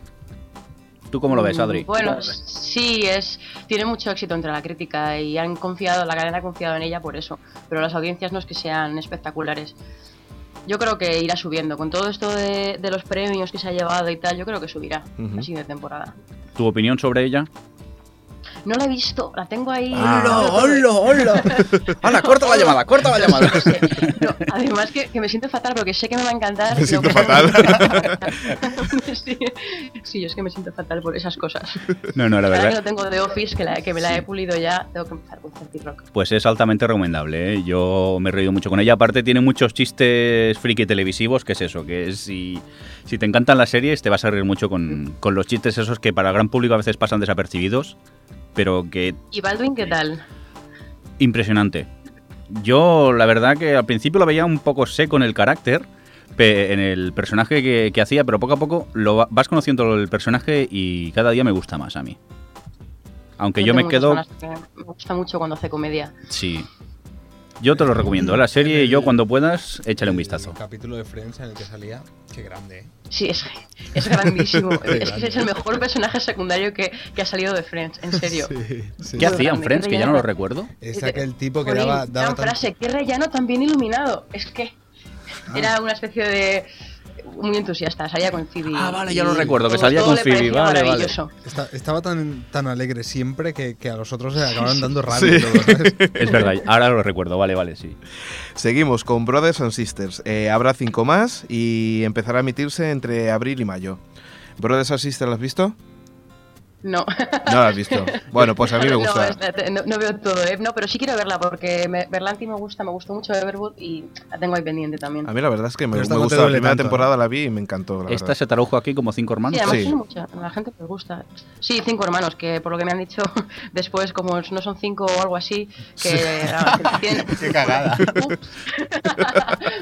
E: ¿Tú cómo lo ves,
F: Mm,
E: Adri?
F: Bueno, sí, es, tiene mucho éxito entre la crítica y han confiado, la cadena ha confiado en ella por eso, pero las audiencias no es que sean espectaculares. Yo creo que irá subiendo, con todo esto de, de los premios que se ha llevado y tal, yo creo que subirá
B: Ujú.
F: la siguiente temporada.
E: ¿Tu opinión sobre ella?
F: No la he visto, la tengo ahí.
B: Ah.
F: Yo
C: ¡Holo, holo! ¡Hala, corta la llamada, corta la llamada!
F: sé. No, además que, que me siento fatal porque sé que me va a encantar.
B: Me
F: y
B: siento
F: luego-
B: fatal.
F: sí, sí, yo es que me siento fatal por esas cosas.
E: No, no, la
F: Ahora que
E: verdad.
F: no tengo de Office, que, la- que me la
E: Sí.
F: he pulido ya, tengo que empezar con Certi Rock.
E: Pues es altamente recomendable, ¿eh? yo me he reído mucho con ella. Aparte tiene muchos chistes friki televisivos, que es eso, que es si, si te encantan las series te vas a reír mucho con, con los chistes esos que para el gran público a veces pasan desapercibidos, pero que
F: ¿Y Baldwin qué tal?
E: impresionante. Yo, la verdad, que al principio lo veía un poco seco en el carácter, pe- en el personaje que, que hacía, pero poco a poco lo va- vas conociendo el personaje y cada día me gusta más a mí. Aunque yo me
F: tengo
E: quedo.
F: muchas ganas, que Me gusta mucho cuando hace comedia.
E: Sí. Yo te lo recomiendo. ¿eh? La serie, yo cuando puedas, échale un vistazo.
D: El capítulo de Friends en el que salía. Qué grande, ¿eh?
F: Sí, es, es grandísimo.
D: Qué
F: es, que es el
D: grande.
F: mejor personaje secundario que, que ha salido de Friends, en serio.
D: Sí, sí.
E: ¿Qué
F: Yo
E: hacían,
F: también
E: Friends? Que ya
F: creía
E: no lo
F: que-
E: recuerdo.
D: Es Este aquel tipo que
F: Jolín,
D: daba,
F: gran
D: daba tan-
F: frase, qué rellano tan bien iluminado. Es que
E: Ah.
F: era una especie de... Muy entusiasta, salía con Phoebe.
E: Ah, vale, ya lo
F: y
E: recuerdo, que
F: todo-
E: salía
F: todo
E: con
F: le
E: Phoebe,
F: parecía
E: vale, vale.
F: maravilloso.
D: Esta- estaba tan, tan alegre siempre que, que a los otros le acababan dando
B: Sí.
D: rabia. y todo, ¿sabes?
E: Es verdad, ahora lo recuerdo. Vale, vale, sí.
B: Seguimos con Brothers and Sisters. Eh, habrá cinco más y empezará a emitirse entre abril y mayo. ¿Brothers and Sisters lo has visto?
F: No.
B: No lo has visto. Bueno, pues a mí me
F: No,
B: gusta.
F: espérate, no- no veo todo, ¿eh? No, pero sí quiero verla porque me, Berlanti me gusta, me gustó mucho Everwood y la tengo ahí pendiente también.
B: A mí la verdad es que me,
D: Pero esta
B: me
D: no te
B: gustó. La
D: duele
B: primera
D: tanto,
B: temporada la vi y me encantó. La
E: Esta
B: verdad.
E: se tradujo aquí como cinco hermanos.
F: Sí, además
B: Sí.
F: tiene mucha, a la gente les gusta. Sí, cinco hermanos, que por lo que me han dicho después, como no son cinco o algo así, que...
B: Sí.
F: nada, que tienen-
C: Qué cagada.
F: Ups.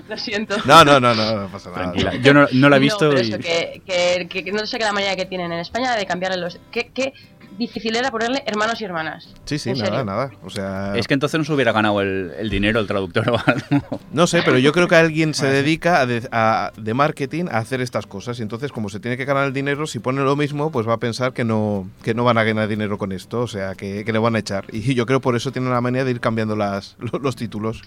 F: lo siento.
B: No, no, no, no, no pasa nada.
E: Tranquila. Yo no, no la he
F: No,
E: visto
F: pero
E: y.
F: eso, que, que- que- que no sé qué la manera que tienen en España de cambiarle los... Qué, qué difícil era ponerle hermanos y hermanas.
B: Sí, sí,
F: ¿En
B: nada,
F: serio?
B: nada. O sea,
E: Es que entonces no se hubiera ganado el, el dinero el traductor o algo.
B: no sé, pero yo creo que alguien se dedica a de, a- de marketing a hacer estas cosas. Y entonces, como se tiene que ganar el dinero, si pone lo mismo, pues va a pensar que no, que no van a ganar dinero con esto. O sea, que, que le van a echar. Y yo creo por eso tienen la manía de ir cambiando las, lo- los, títulos.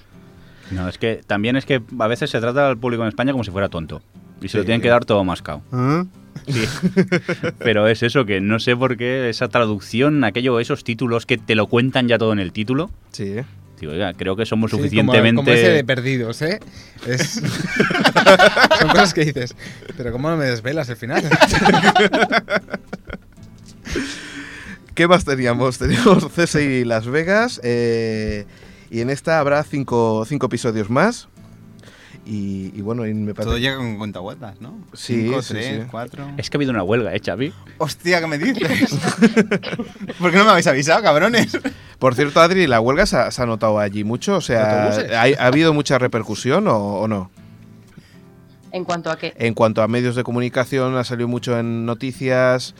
E: No, es que también es que a veces se trata al público en España como si fuera tonto. Y se lo
B: Sí,
E: tienen
B: sí.
E: que dar todo mascado.
D: ¿Ah?
E: Pero es eso, que no sé por qué esa traducción, aquello, esos títulos que te lo cuentan ya todo en el título.
B: Sí, ¿eh?
E: Digo, oiga, creo que somos
D: Sí, como-
E: suficientemente.
D: como, ese de perdidos, ¿eh? Es- Son cosas que dices, pero ¿cómo no me desvelas el final?
B: ¿Qué más teníamos? Teníamos CSI Las Vegas. eh, y en esta habrá cinco, cinco episodios más. Y, y bueno, y me
C: Todo
B: parece.
C: llega con cuentagotas, ¿no?
B: Sí,
C: Cinco,
B: sí,
C: tres,
B: sí.
C: cuatro...
E: Es que ha habido una huelga, ¿eh, Xavi?
C: ¡Hostia, qué me dices! ¿Por qué no me habéis avisado, cabrones?
B: Por cierto, Adri, ¿la huelga se ha, se ha notado allí mucho? O sea,
D: ¿Autobuses?
B: ¿ha, ha habido mucha repercusión o, o no?
F: En cuanto a que...
B: En cuanto a medios de comunicación, ha salido mucho en noticias.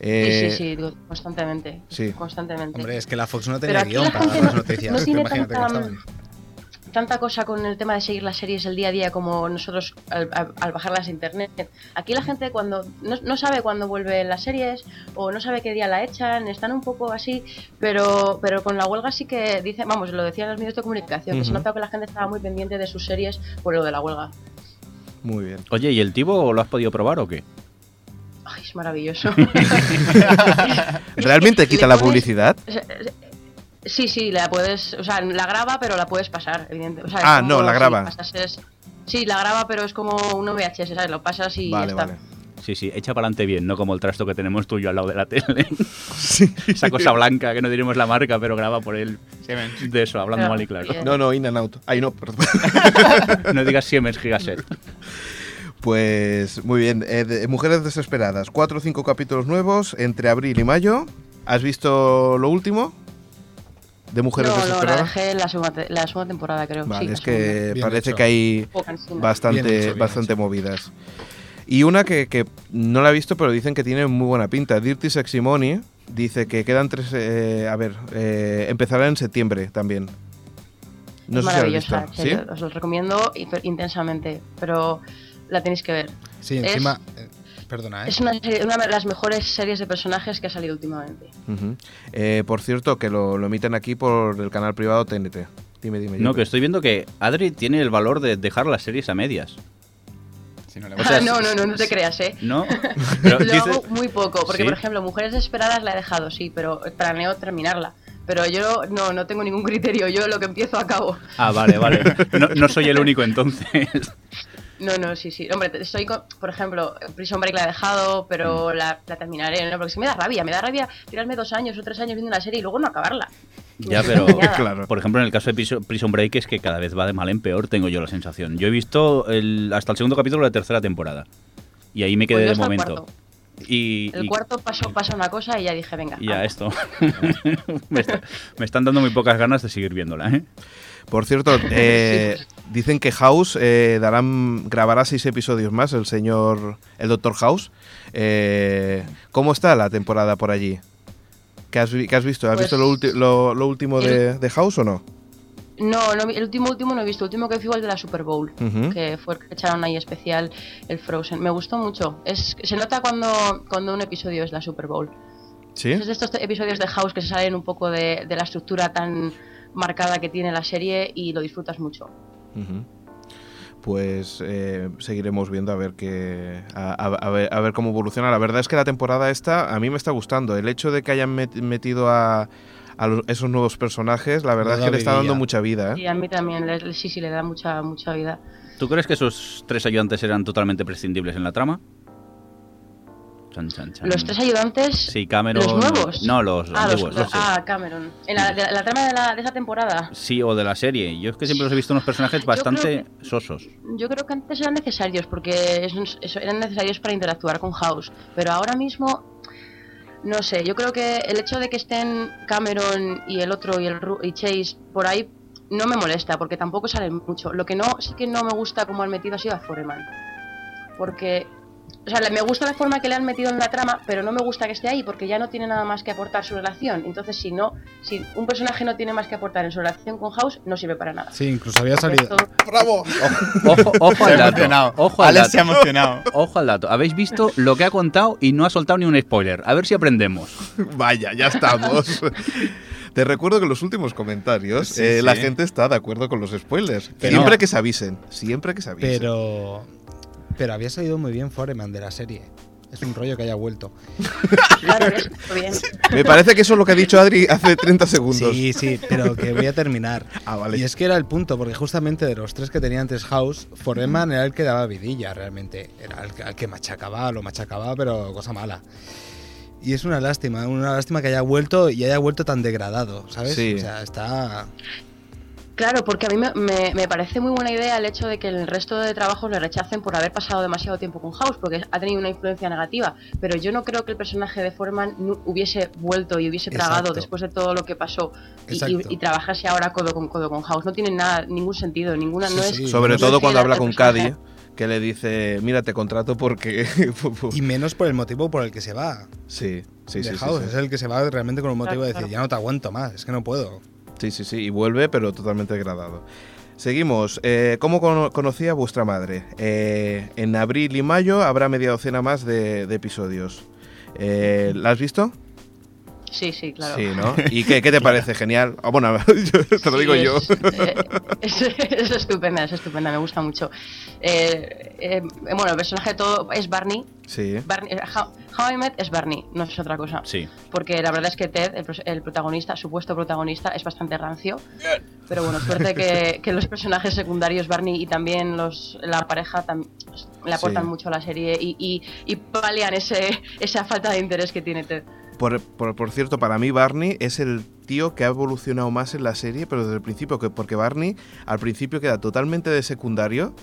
B: eh,
F: sí, sí, sí, digo, constantemente.
B: Sí.
F: Constantemente.
D: Hombre, es que la Fox no
F: Pero
D: tenía
F: aquí
D: guión
F: la
D: para
F: gente
D: dar las
F: no-
D: noticias.
F: no
D: que
F: tiene
D: imagínate cómo
F: tanta- mm,
D: estaban.
F: tanta cosa con el tema de seguir las series el día a día como nosotros al, al- al bajarlas a internet. Aquí la gente cuando no, no sabe cuándo vuelven las series o no sabe qué día la echan, están un poco así, pero pero con la huelga sí que dice, vamos, lo decían los medios de comunicación, que se
B: Ujú.
F: notaba que la gente estaba muy pendiente de sus series por lo de la huelga.
B: Muy bien.
E: Oye, ¿y el tivo lo has podido probar o qué?
F: Ay, es maravilloso.
B: ¿Realmente quita
F: Le
B: la
F: pones-
B: publicidad?
F: o sea, Sí, sí, la puedes, o sea, la graba, pero la puedes pasar, evidentemente.
B: Ah, no, la graba.
F: sí, la graba, pero es como un VHS, ¿sabes? Lo pasas y
B: Vale,
F: ya está.
B: vale.
E: Sí, sí, echa para adelante bien, no como el trasto que tenemos tuyo al lado de la tele. Esa cosa blanca que no diremos la marca, pero graba por él. De eso, hablando
F: Claro,
E: mal y claro.
F: bien.
B: No, no, in and out. Ay, no, perdón.
E: No digas Siemens Gigaset.
B: Pues muy bien. Eh, de- Mujeres Desesperadas. Cuatro o cinco capítulos nuevos entre abril y mayo. ¿Has visto lo último? De Mujeres
F: no, no, la
B: Desesperadas.
F: dejé la segunda, te- la segunda temporada, creo.
B: vale,
F: sí,
B: es
F: la segunda.
B: que
D: Bien
B: parece
D: hecho.
B: que hay
F: Poco cansina.
B: bastante,
D: Bien hecho, bien
B: bastante movidas. Y una que, que no la he visto, pero dicen que tiene muy buena pinta. Dirty Sexy Money dice que quedan tres. eh, a ver, eh, empezará en septiembre también. No
F: Es
B: sé si la has visto.
F: maravillosa, en
B: ¿Sí?
F: serio, os lo recomiendo in- intensamente, pero la tenéis que ver.
D: Sí,
F: Es-
D: encima. eh, perdona, ¿eh?
F: Es una, serie- una de las mejores series de personajes que ha salido últimamente.
B: Ujú. Eh, por cierto, que lo, lo emiten aquí por el canal privado TNT. Dime, dime.
E: No,
B: Joker.
E: que estoy viendo que Adri tiene el valor de dejar las series a medias.
C: si no le
E: O sea,
F: no, no, no, no te creas, ¿eh?
E: ¿No? Pero
F: lo
E: dices-
F: hago muy poco, porque
E: ¿Sí?
F: por ejemplo, Mujeres Desesperadas la he dejado, sí, pero planeo terminarla. Pero yo no, no tengo ningún criterio, yo lo que empiezo acabo.
E: Ah, vale, vale. No, no soy el único entonces.
F: No, no, sí, sí. Hombre, te- estoy con, por ejemplo, Prison Break la he dejado, pero
E: Mm.
F: la, la terminaré, ¿no? Porque si me da rabia, me da rabia tirarme dos años o tres años viendo una serie y luego no acabarla.
E: Ya, pero
B: Claro.
E: por ejemplo en el caso de Prison- Prison Break es que cada vez va de mal en peor, tengo yo la sensación. Yo he visto el- hasta el segundo capítulo de la tercera temporada y ahí me
F: Pues
E: quedé
F: yo
E: de
F: hasta el
E: momento.
F: cuarto.
E: Y,
F: El
E: y-
F: cuarto pasó, pasa una cosa y ya dije, venga.
E: y ya
F: vamos.
E: esto. me, está- me están dando muy pocas ganas de seguir viéndola, ¿eh?
B: Por cierto, eh, dicen que House eh, darán, grabará seis episodios más el señor, el doctor House. Eh, ¿Cómo está la temporada por allí? ¿Qué has, vi- qué has visto? ¿Has
F: Pues-
B: visto lo, ulti- lo- lo último de, de House o no?
F: No, no, el último, último no he visto. El último que vi fue el de la Super Bowl,
B: Ujú.
F: que fue el que echaron ahí especial el Frozen. Me gustó mucho. Es, se nota cuando, cuando un episodio es la Super Bowl.
B: Sí.
F: Es de estos episodios de House que se salen un poco de, de la estructura tan marcada que tiene la serie y lo disfrutas mucho.
B: Ujú. Pues eh, seguiremos viendo a ver qué a, a- a ver, a ver cómo evoluciona. La verdad es que la temporada esta a mí me está gustando. El hecho de que hayan met- metido a, a los- esos nuevos personajes, la verdad
D: Le
B: es
D: da
B: que le está dando
D: vidilla.
B: mucha vida. ¿eh?
F: Y a mí también, le- le- sí, sí, le da mucha, mucha vida.
E: ¿Tú crees que esos tres ayudantes eran totalmente prescindibles en la trama? Chan, chan, chan.
F: Los tres ayudantes...
E: Ah. Sí, Cameron.
F: ¿Los nuevos?
E: No, los
F: ah, los-
E: antiguos. los-
F: ah, Cameron. En la, de la- la trama de, la- de esa temporada.
E: Sí, o de la serie. Yo es que siempre los he visto unos personajes
F: creo
E: bastante sosos.
F: Yo creo que antes eran necesarios, porque es- es- eran necesarios para interactuar con House. Pero ahora mismo, no sé, yo creo que el hecho de que estén Cameron y el otro y, el, Ru- y Chase por ahí no me molesta, porque tampoco salen mucho. Lo que no, sí que no me gusta como han metido ha sido a Foreman. Porque, o sea, le- me gusta la forma que le han metido en la trama, pero no me gusta que esté ahí, porque ya no tiene nada más que aportar su relación. Entonces, si no, si un personaje no tiene más que aportar en su relación con House, no sirve para nada.
D: Sí, incluso había salido.
F: Esto-
B: ¡Bravo!
E: Ojo, ojo
C: Se ha
E: al dato.
C: emocionado.
E: Ojo al
C: Alex se ha
E: dato.
C: emocionado.
E: Ojo al dato. Habéis visto lo que ha contado y no ha soltado ni un spoiler. A ver si aprendemos.
B: Vaya, ya estamos. Te recuerdo que los últimos comentarios
C: Sí,
B: eh,
C: sí.
B: la gente está de acuerdo con los spoilers.
D: Pero-
B: siempre que se avisen, siempre que se avisen.
D: Pero. Pero había salido muy bien Foreman de la serie. Es un rollo que haya vuelto.
F: Claro, ya está bien.
B: Me parece que eso es lo que ha dicho Adri hace 30 segundos.
D: Sí, sí, pero que voy a terminar.
B: Ah, vale.
D: Y es que era el punto, porque justamente de los tres que tenía antes House, Foreman era el que daba vidilla realmente. Era el que, al que machacaba, lo machacaba, pero cosa mala. Y es una lástima, una lástima que haya vuelto y haya vuelto tan degradado, ¿sabes?
B: Sí.
D: O sea, está.
F: Claro, porque a mí me, me- me parece muy buena idea el hecho de que el resto de trabajos le rechacen por haber pasado demasiado tiempo con House, porque ha tenido una influencia negativa. Pero yo no creo que el personaje de Foreman nu- hubiese vuelto y hubiese tragado
D: Exacto.
F: después de todo lo que pasó y- y,
D: Exacto.
F: y trabajase ahora codo con codo con House. No tiene nada, ningún sentido, ninguna
D: Sí,
F: no
D: sí.
F: es.
B: Sobre
F: no
B: todo
F: es
B: cuando
F: fiel
B: habla
F: al
B: con
F: personaje.
B: Cady, que le dice, mira, te contrato porque...
D: Y menos por el motivo por el que se va.
B: sí, sí, sí, sí,
D: de House.
B: sí.
D: Es el que se va realmente con un motivo de
F: Claro,
D: decir, ya no te aguanto más, es que no puedo.
B: Sí, sí, sí, y vuelve, pero totalmente degradado. Seguimos. Eh, ¿Cómo cono- conocí a vuestra madre? Eh, en abril y mayo habrá media docena más de, de episodios. Eh, ¿La has visto?
F: Sí, sí, claro.
B: Sí, ¿no? ¿Y qué, qué te parece? Genial. Ah, bueno, yo- te lo
F: Sí,
B: digo yo.
F: Es, eh, es- es estupenda, es estupenda, me gusta mucho. Eh, eh, bueno, el personaje de todo es Barney.
B: Sí.
F: Barney eh, How, How I Met es Barney, no es otra cosa.
E: Sí.
F: Porque la verdad es que Ted, el, pros- el protagonista, supuesto protagonista, es bastante rancio. Pero bueno, suerte que, que los personajes secundarios, Barney y también los, la pareja, tam- le aportan
B: Sí.
F: mucho a la serie y, y, y palian ese, esa falta de interés que tiene Ted.
B: Por, por- por cierto, para mí Barney es el tío que ha evolucionado más en la serie, pero desde el principio, que, porque Barney al principio queda totalmente de secundario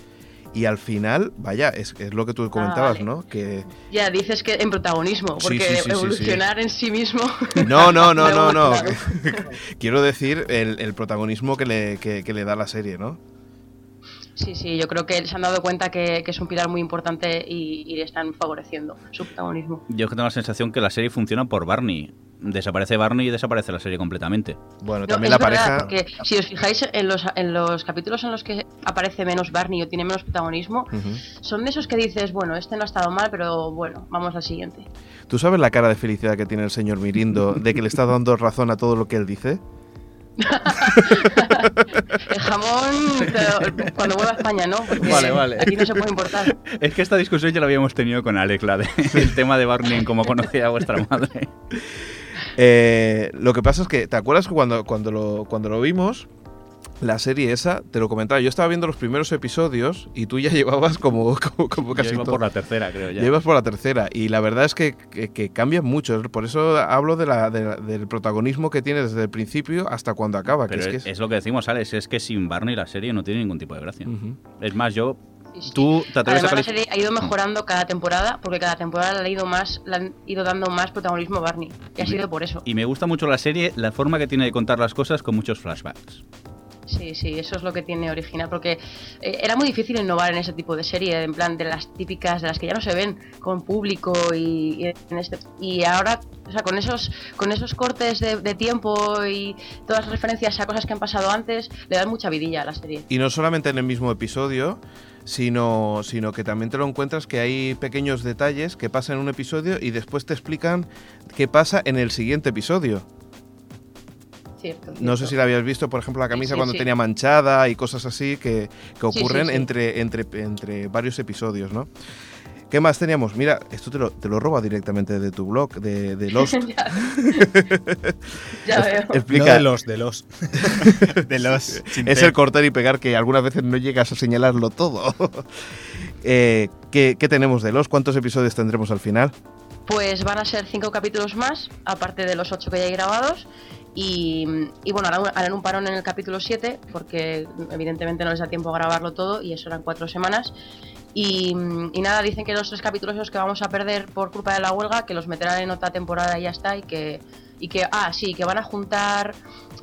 B: y al final, vaya, es, es lo que tú comentabas,
F: Ah, vale.
B: ¿no? Que
F: Ya dices que en protagonismo,
B: Sí,
F: porque
B: sí, sí, sí, sí.
F: evolucionar en sí mismo.
B: No, no, no,
F: Pero
B: no, no.
F: bueno, claro.
B: Quiero decir el, el protagonismo que le, que, que le da la serie, ¿no?
F: Sí, sí, yo creo que se han dado cuenta que, que es un pilar muy importante y, y le están favoreciendo su protagonismo.
E: Yo es que tengo la sensación que la serie funciona por Barney. Desaparece Barney y desaparece la serie completamente.
B: Bueno,
F: No,
B: también la
F: es verdad,
B: pareja.
F: Porque si os fijáis en los, en los capítulos en los que aparece menos Barney o tiene menos protagonismo,
B: Ujú.
F: son de esos que dices, bueno, este no ha estado mal, pero bueno, vamos al siguiente.
B: ¿Tú sabes la cara de felicidad que tiene el señor Mirindo de que le está dando razón a todo lo que él dice?
F: El jamón, te lo- cuando vuelva a España, ¿no? Porque
E: Vale, vale.
F: Aquí no se puede importar.
E: Es que esta discusión ya la habíamos tenido con Alex, la de- el tema de Barney en cómo conocía a vuestra madre.
B: Eh, lo que pasa es que, ¿te acuerdas que cuando, cuando, lo, cuando lo vimos? La serie esa, te lo comentaba, yo estaba viendo los primeros episodios y tú ya llevabas como, como, como
E: Yo
B: casi
E: iba
B: todo.
E: por la tercera, creo ya.
B: Ya ibas por la tercera y la verdad es que, que, que cambian mucho. Por eso hablo de la- de la- del protagonismo que tiene desde el principio hasta cuando acaba. que
E: Pero
B: es
E: es,
B: que es-
E: es lo que decimos, Alex, es que sin Barney la serie no tiene ningún tipo de gracia.
B: Ujú.
E: Es más, yo...
F: Sí, sí.
E: Tú te atreves
F: Además,
E: a
F: la
E: calificar...
F: serie ha ido mejorando cada temporada, porque cada temporada le ha ido más, le han ido dando más protagonismo a Barney. Y ha sido por eso.
E: Y me gusta mucho la serie, la forma que tiene de contar las cosas con muchos flashbacks.
F: Sí, sí, eso es lo que tiene original, porque eh, era muy difícil innovar en ese tipo de serie, en plan de las típicas, de las que ya no se ven con público y, y en este- y ahora, o sea, con esos, con esos cortes de, de tiempo y todas las referencias a cosas que han pasado antes, le dan mucha vidilla a la serie.
B: Y no solamente en el mismo episodio, sino, sino que también te lo encuentras que hay pequeños detalles que pasan en un episodio y después te explican qué pasa en el siguiente episodio.
F: Cierto,
B: No
F: cierto.
B: sé si la habías visto, por ejemplo, la camisa
F: sí,
B: cuando
F: sí.
B: tenía manchada y cosas así que, que
F: Sí, sí,
B: ocurren
F: sí.
B: Entre, entre, entre varios episodios, ¿no? ¿Qué más teníamos? Mira, esto te lo, te lo roba directamente de tu blog, de, de Lost.
F: ya ya veo.
D: No
B: Explica,
D: de los, de los.
C: De los.
B: es el cortar y pegar que algunas veces no llegas a señalarlo todo. Eh, ¿qué, qué tenemos de Lost? ¿Cuántos episodios tendremos al final?
F: Pues van a ser cinco capítulos más, aparte de los ocho que ya hay grabados. Y, y bueno, harán, harán un parón en el capítulo 7, porque evidentemente no les da tiempo a grabarlo todo, y eso eran cuatro semanas. Y, y nada, dicen que los tres capítulos los que vamos a perder por culpa de la huelga, que los meterán en otra temporada y ya está, y que, y que, ah, sí, que van a juntar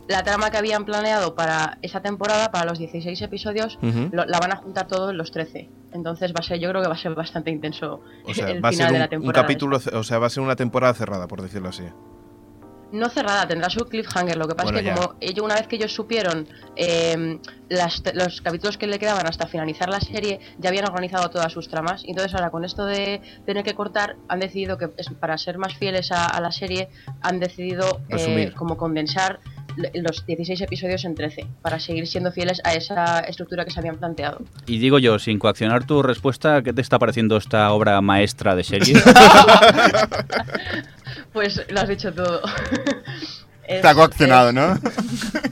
F: la trama que habían planeado para esa temporada, para los 16 episodios, lo- la van a juntar todo en los 13. Entonces va a ser, yo creo que va a ser bastante intenso
B: O sea,
F: el
B: va a
F: final
B: ser
F: de
B: un-
F: la
B: un,
F: temporada.
B: capítulo, o sea, va a ser una temporada cerrada, por decirlo así.
F: No cerrada, tendrá su cliffhanger. Lo que pasa es
B: Bueno, ya.
F: que como ellos, una vez que ellos supieron eh, las- los capítulos que le quedaban hasta finalizar la serie, ya habían organizado todas sus tramas. Y Entonces ahora con esto de tener que cortar, han decidido que es- para ser más fieles a, a la serie, han decidido eh,
B: Resumir.
F: como condensar l- los 16 episodios en 13, para seguir siendo fieles a esa estructura que se habían planteado.
E: Y digo yo, sin coaccionar tu respuesta, ¿qué te está pareciendo esta obra maestra de serie?
F: Pues lo has dicho todo. Es-
C: Te ha coaccionado, ¿no?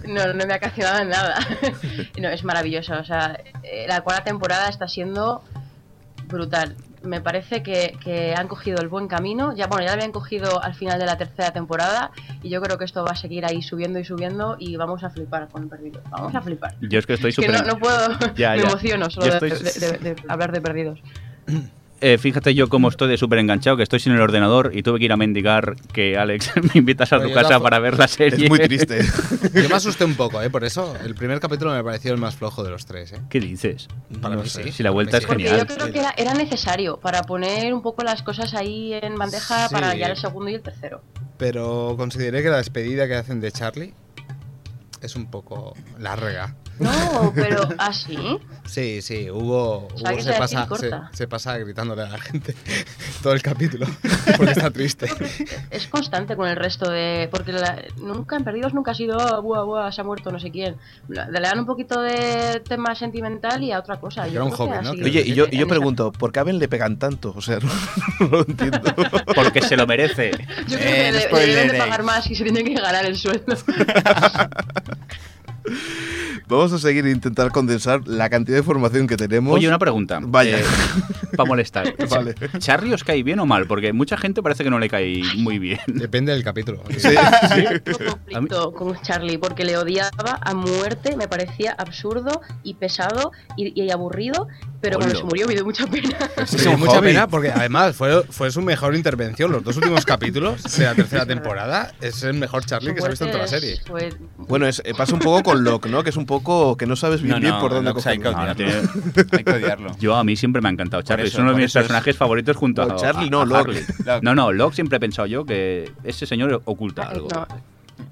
F: No, no me ha cancelado en nada. no, es maravillosa. O sea, eh, la cuarta temporada está siendo brutal. Me parece que, que han cogido el buen camino. Ya, bueno, ya lo habían cogido al final de la tercera temporada. Y yo creo que esto va a seguir ahí subiendo y subiendo. Y vamos a flipar con Perdidos. Vamos a flipar.
E: Yo es que estoy
F: Es que
E: súper...
F: no, no puedo.
E: Ya,
F: me
E: ya.
F: emociono solo
E: Yo
F: de-
E: estoy-
F: de- de- de hablar de Perdidos.
E: Eh, fíjate yo cómo estoy de súper enganchado, que estoy sin el ordenador y tuve que ir a mendigar que Alex me invitas a tu
D: Oye, la
E: casa
D: fo-
E: para ver la serie.
B: Es muy triste.
D: Yo me asusté un poco, ¿eh? Por eso el primer capítulo me pareció el más flojo de los tres, ¿eh?
E: ¿Qué dices?
D: Para
B: No
D: mí
B: sé.
D: sí.
E: Si la
D: para
E: vuelta
D: mí
E: es
F: Porque
E: genial.
F: yo creo que era, era necesario para poner un poco las cosas ahí en bandeja
D: Sí.
F: para ya el segundo y el tercero.
D: Pero consideré que la despedida que hacen de Charlie es un poco larga.
F: No, pero ¿ah, así.
D: Sí, sí, Hugo,
F: sea,
D: Hugo
F: que
D: se,
F: sea
D: pasa,
F: así,
D: se,
F: corta.
D: se pasa gritándole a la gente todo el capítulo porque está triste.
F: es constante con el resto de. Porque la- nunca en Perdidos nunca ha sido. "Ah, Buah, buah, se ha muerto no sé quién. La- Le dan un poquito de tema sentimental y a otra cosa.
D: Era
F: Yo
D: un
F: creo que
D: joven, ¿no?
F: así-
B: Oye, y yo, y yo
F: en-
B: pregunto, ¿por qué a Ben le pegan tanto? O sea, no, lo entiendo.
E: Porque se lo merece.
F: Yo creo
C: Eh,
F: que
C: no
F: le- le
C: spoileré.
F: deben de pagar más y se tienen que ganar el sueldo.
B: Vamos a seguir e intentar condensar la cantidad de información que tenemos.
E: Oye, una pregunta.
B: Vaya.
E: para molestar.
B: Vale.
E: ¿Charlie os cae bien o mal? Porque mucha gente parece que no le cae muy bien.
D: Depende del capítulo.
B: Sí, sí.
F: Tengo conflicto con Charlie porque le odiaba a muerte, me parecía absurdo y pesado y, y aburrido, pero cuando
E: Hola.
F: se murió me dio mucha pena.
D: Sí,
B: Es un
D: mucha
B: hobby.
D: pena porque además fue, fue su mejor intervención. Los dos últimos capítulos de la tercera temporada es el mejor Charlie
F: Su
D: que se ha visto en toda la
F: muerte es-
D: serie.
F: fue-
B: Bueno, es- eh, pasa un poco con Locke, ¿no? Que es un poco que no sabes bien, bien por dónde
C: Locke hay que
B: cogerlo.
E: No, no
C: odiarlo. Hay que odiarlo.
E: Yo a mí siempre me ha encantado Charlie.
C: eso,
E: es uno de
C: por
E: mis
C: eso es-
E: personajes favoritos junto
B: No,
E: a
B: Charlie,
E: a-
B: no,
E: a
B: Locke.
E: Harley.
C: Locke.
E: No, no, Locke siempre he pensado yo que ese señor oculta algo.
F: No.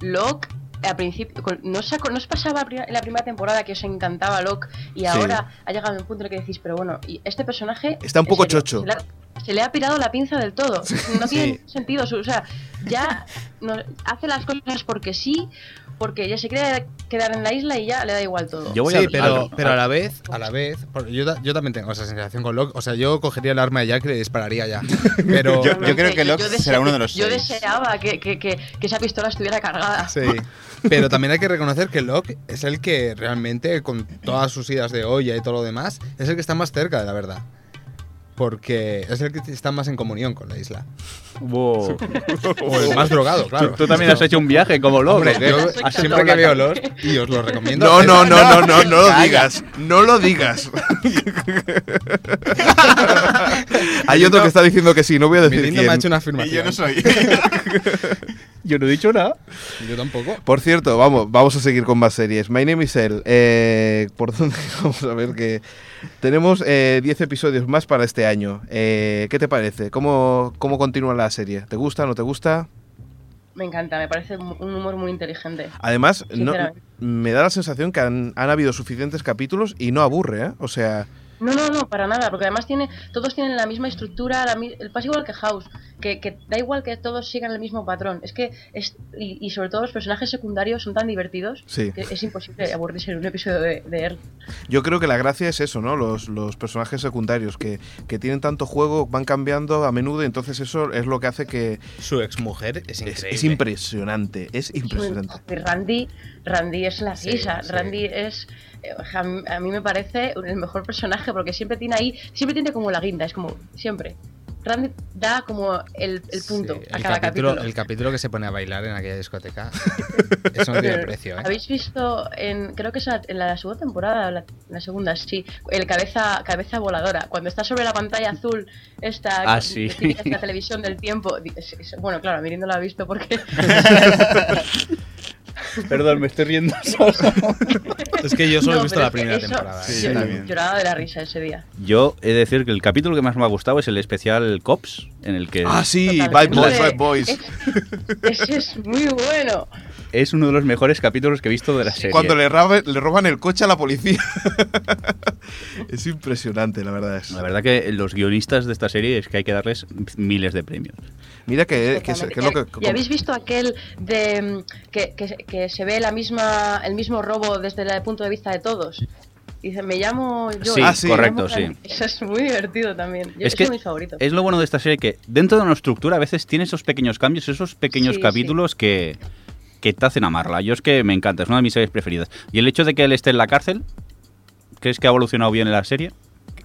F: Locke, al principio, con- ¿no os, aco- no os pasaba pri- en la primera temporada que os encantaba Locke y ahora ha llegado un punto en el que decís, pero bueno, y este personaje.
B: Está un poco
F: en serio,
B: chocho.
F: se le ha- se le ha pirado la pinza del todo. No tiene sentido. O sea, ya no- hace las cosas porque sí, porque ya se quiere quedar en la isla y ya le da igual todo.
E: Yo voy
D: sí,
E: a,
D: pero,
E: a-
D: pero a la vez, a la vez, porque yo, ta- yo también tengo esa sensación con Locke. O sea, yo cogería el arma de Jack y le dispararía ya. Pero
C: Yo- creo que Locke
F: dese-
C: será uno de los
F: Yo
C: seis.
F: deseaba que, que- que- que esa pistola estuviera cargada.
D: Sí. Pero también hay que reconocer que Locke es el que realmente, con todas sus idas de olla y todo lo demás, es el que está más cerca de la verdad. Porque es el que está más en comunión con la isla.
E: Wow.
D: O el más drogado, claro.
E: Tú, tú también has hecho un viaje como
D: Hombre,
E: Locke. ¿eh?
D: yo
F: Has hecho
D: siempre que
E: todo.
D: veo los y os lo recomiendo.
B: No, no,
D: es-
B: no, no, no, no lo digas. No lo digas. Hay otro que está diciendo que sí, no voy a decir
D: Mirindo me ha hecho
B: quién.
D: una
C: Y yo
D: afirmación.
C: no soy.
E: Yo no he dicho nada.
D: Yo tampoco.
B: Por cierto, vamos, vamos a seguir con más series. My Name is Elle. Eh, ¿Por dónde vamos a ver que tenemos eh, 10 episodios más para este año? Eh, ¿Qué te parece? ¿Cómo, ¿Cómo continúa la serie? ¿Te gusta? ¿No te gusta?
F: Me encanta, me parece un un humor muy inteligente.
B: Además, no,
F: Sinceramente.
B: me da la sensación que han, han habido suficientes capítulos y no aburre, ¿eh? O sea,
F: No, no, no, para nada, porque además tiene, todos tienen la misma estructura, la, mi- el pasa igual que House, que, que da igual que todos sigan el mismo patrón. Es que, es, y, y sobre todo los personajes secundarios son tan divertidos
B: Sí.
F: que es imposible aburrirse en un episodio de, de él.
B: yo creo que la gracia es eso, ¿no? Los, los personajes secundarios que, que tienen tanto juego, van cambiando a menudo y entonces eso es lo que hace que
D: Su exmujer
B: es,
D: es increíble.
B: es impresionante, es impresionante.
F: Y Randy, Randy es la
D: Sí,
F: risa,
D: sí.
F: Randy es, eh, a, mí- a mí me parece el mejor personaje porque siempre tiene ahí, siempre tiene como la guinda, es como, siempre. Randy da como el, el punto
D: Sí,
F: a
D: el
F: cada
D: capítulo,
F: capítulo.
D: El capítulo que se pone a bailar en aquella discoteca. Eso no tiene
F: Pero,
D: precio, ¿eh?
F: ¿Habéis visto en, creo que es en la, en la segunda temporada, la, la segunda, sí, el cabeza, cabeza voladora, cuando está sobre la pantalla azul, esta,
E: Ah,
F: que-
E: sí.
F: que tiene esta televisión del tiempo, di- es- es- bueno, claro, Mirindo la ha visto porque
E: Perdón, me estoy riendo.
D: Es que yo solo
F: No,
D: he visto
F: pero es
D: la
F: que
D: primera
F: eso-
D: temporada. ¿eh?
C: Sí,
F: yo
C: yo también.
F: lloraba de la risa ese día.
E: Yo he de decir que el capítulo que más me ha gustado es el especial Cops, en el que
B: Ah, sí, Bad
F: Totalmente.
B: Boys, Bad Boys.
F: Es- Ese es muy bueno.
E: es uno de los mejores capítulos que he visto de la serie.
B: Cuando le, rabe- le roban el coche a la policía. es impresionante, la verdad. es.
E: La verdad que los guionistas de esta serie es que hay que darles miles de premios.
B: Mira Eh, que, que es, que es lo que...
F: Eh, ¿Y habéis visto aquel de mm, que, que- que se ve la misma, el mismo robo desde el punto de vista de todos? Dice, me llamo yo.
E: Sí,
B: Ah, sí.
E: correcto, sí.
F: Eso es muy divertido también. Yo,
E: Es
F: es
E: que-
F: mi favorito.
E: Es lo bueno de esta serie que dentro de una estructura a veces tiene esos pequeños cambios, esos pequeños
F: Sí,
E: capítulos que, que te hacen amarla. Yo es que me encanta, es una de mis series preferidas. Y el hecho de que él esté en la cárcel, ¿crees que ha evolucionado bien en la serie?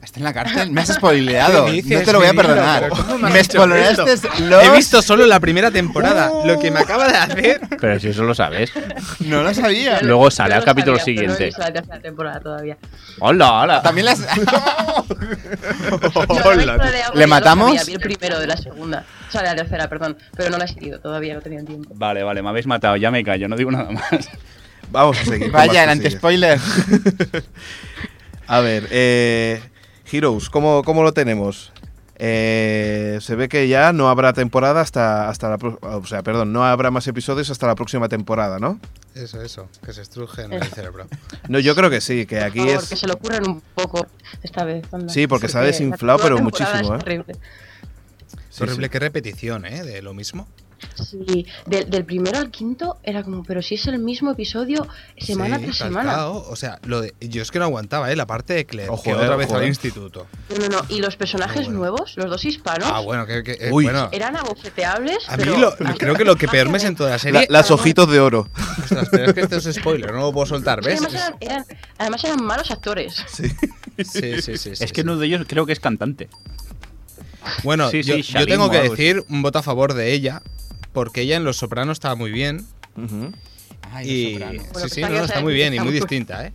C: Está en la cárcel. Me has spoileado.
D: ¿Qué dices,
C: No te lo voy a
D: Mirindo?
C: perdonar.
D: ¿Pero cómo me
C: Me,
D: has hecho
C: spoileaste los...
D: He visto solo la primera temporada. Lo que me acaba de hacer.
E: Pero si eso lo sabes.
C: No lo sabía.
E: Lo- luego sale
F: Yo
E: al
F: lo
E: capítulo
F: sabía, pero no he
E: siguiente.
F: visto la tercera temporada todavía.
E: ¡Hola, hola!
C: También las...
F: No, no he visto la de
C: ¿Le
F: ahora, yo lo
C: matamos?
F: sabía, vi el primero de la segunda. O sea, de la tercera, perdón. Pero no la he seguido todavía, no he tenido tiempo.
E: Vale, vale, me habéis matado, ya me callo, no digo nada más.
B: Vamos a seguir. con más
C: Vaya, el
B: cosillas.
C: anti-spoiler.
B: A ver, eh, Heroes, ¿cómo, cómo lo tenemos? Eh, se ve que ya no habrá temporada hasta, hasta la... pro- O sea, perdón, no habrá más episodios hasta la próxima temporada, ¿no?
D: Eso, eso. Que se estruje en el cerebro.
B: No, yo creo que sí, que aquí
F: Por favor,
B: es...
F: que se lo ocurran un poco esta vez. anda.
B: Sí, porque se ha
F: la
B: desinflado, pero
F: segunda temporada
B: muchísimo,
F: es
B: ¿eh?
F: terrible.
B: sí,
D: Horrible,
B: sí.
D: qué repetición, ¿eh? De lo mismo.
F: Sí, del, del primero al quinto era como, pero si es el mismo episodio semana
D: Sí,
F: tras semana.
D: calcao. O sea, lo de, yo es que no aguantaba, ¿eh? La parte de Claire.
B: Ojo,
D: que
B: eh,
D: otra vez
B: ojo,
D: al
B: eh.
D: instituto.
F: No, no, no, Y los personajes
D: Ah, Bueno.
F: nuevos, los dos hispanos,
D: Ah, bueno, que. que- eh,
B: Uy.
D: bueno,
F: eran abofeteables.
D: a mí
F: pero-
D: lo- creo que lo que peor me sentó de la
B: La-
D: serie.
B: las hojitos de oro.
D: Ostras, pero es que esto es spoiler, no lo puedo soltar,
F: Es que
D: ¿ves?
F: Además eran, eran- además eran malos actores.
D: Sí, sí, sí. sí,
E: Es que
D: sí.
E: uno de ellos creo que es cantante.
D: Bueno,
E: Sí, sí,
D: yo, yo
E: Shalim
D: tengo que
E: o algo
D: decir un voto a favor de ella, porque ella en Los Sopranos estaba muy bien.
B: Ujú.
D: y sí, sí,
F: pensaba que
D: no,
F: ibas a
D: está muy
F: decir
D: bien
F: que
D: y
F: está
D: muy
F: muy-
D: distinta, ¿eh?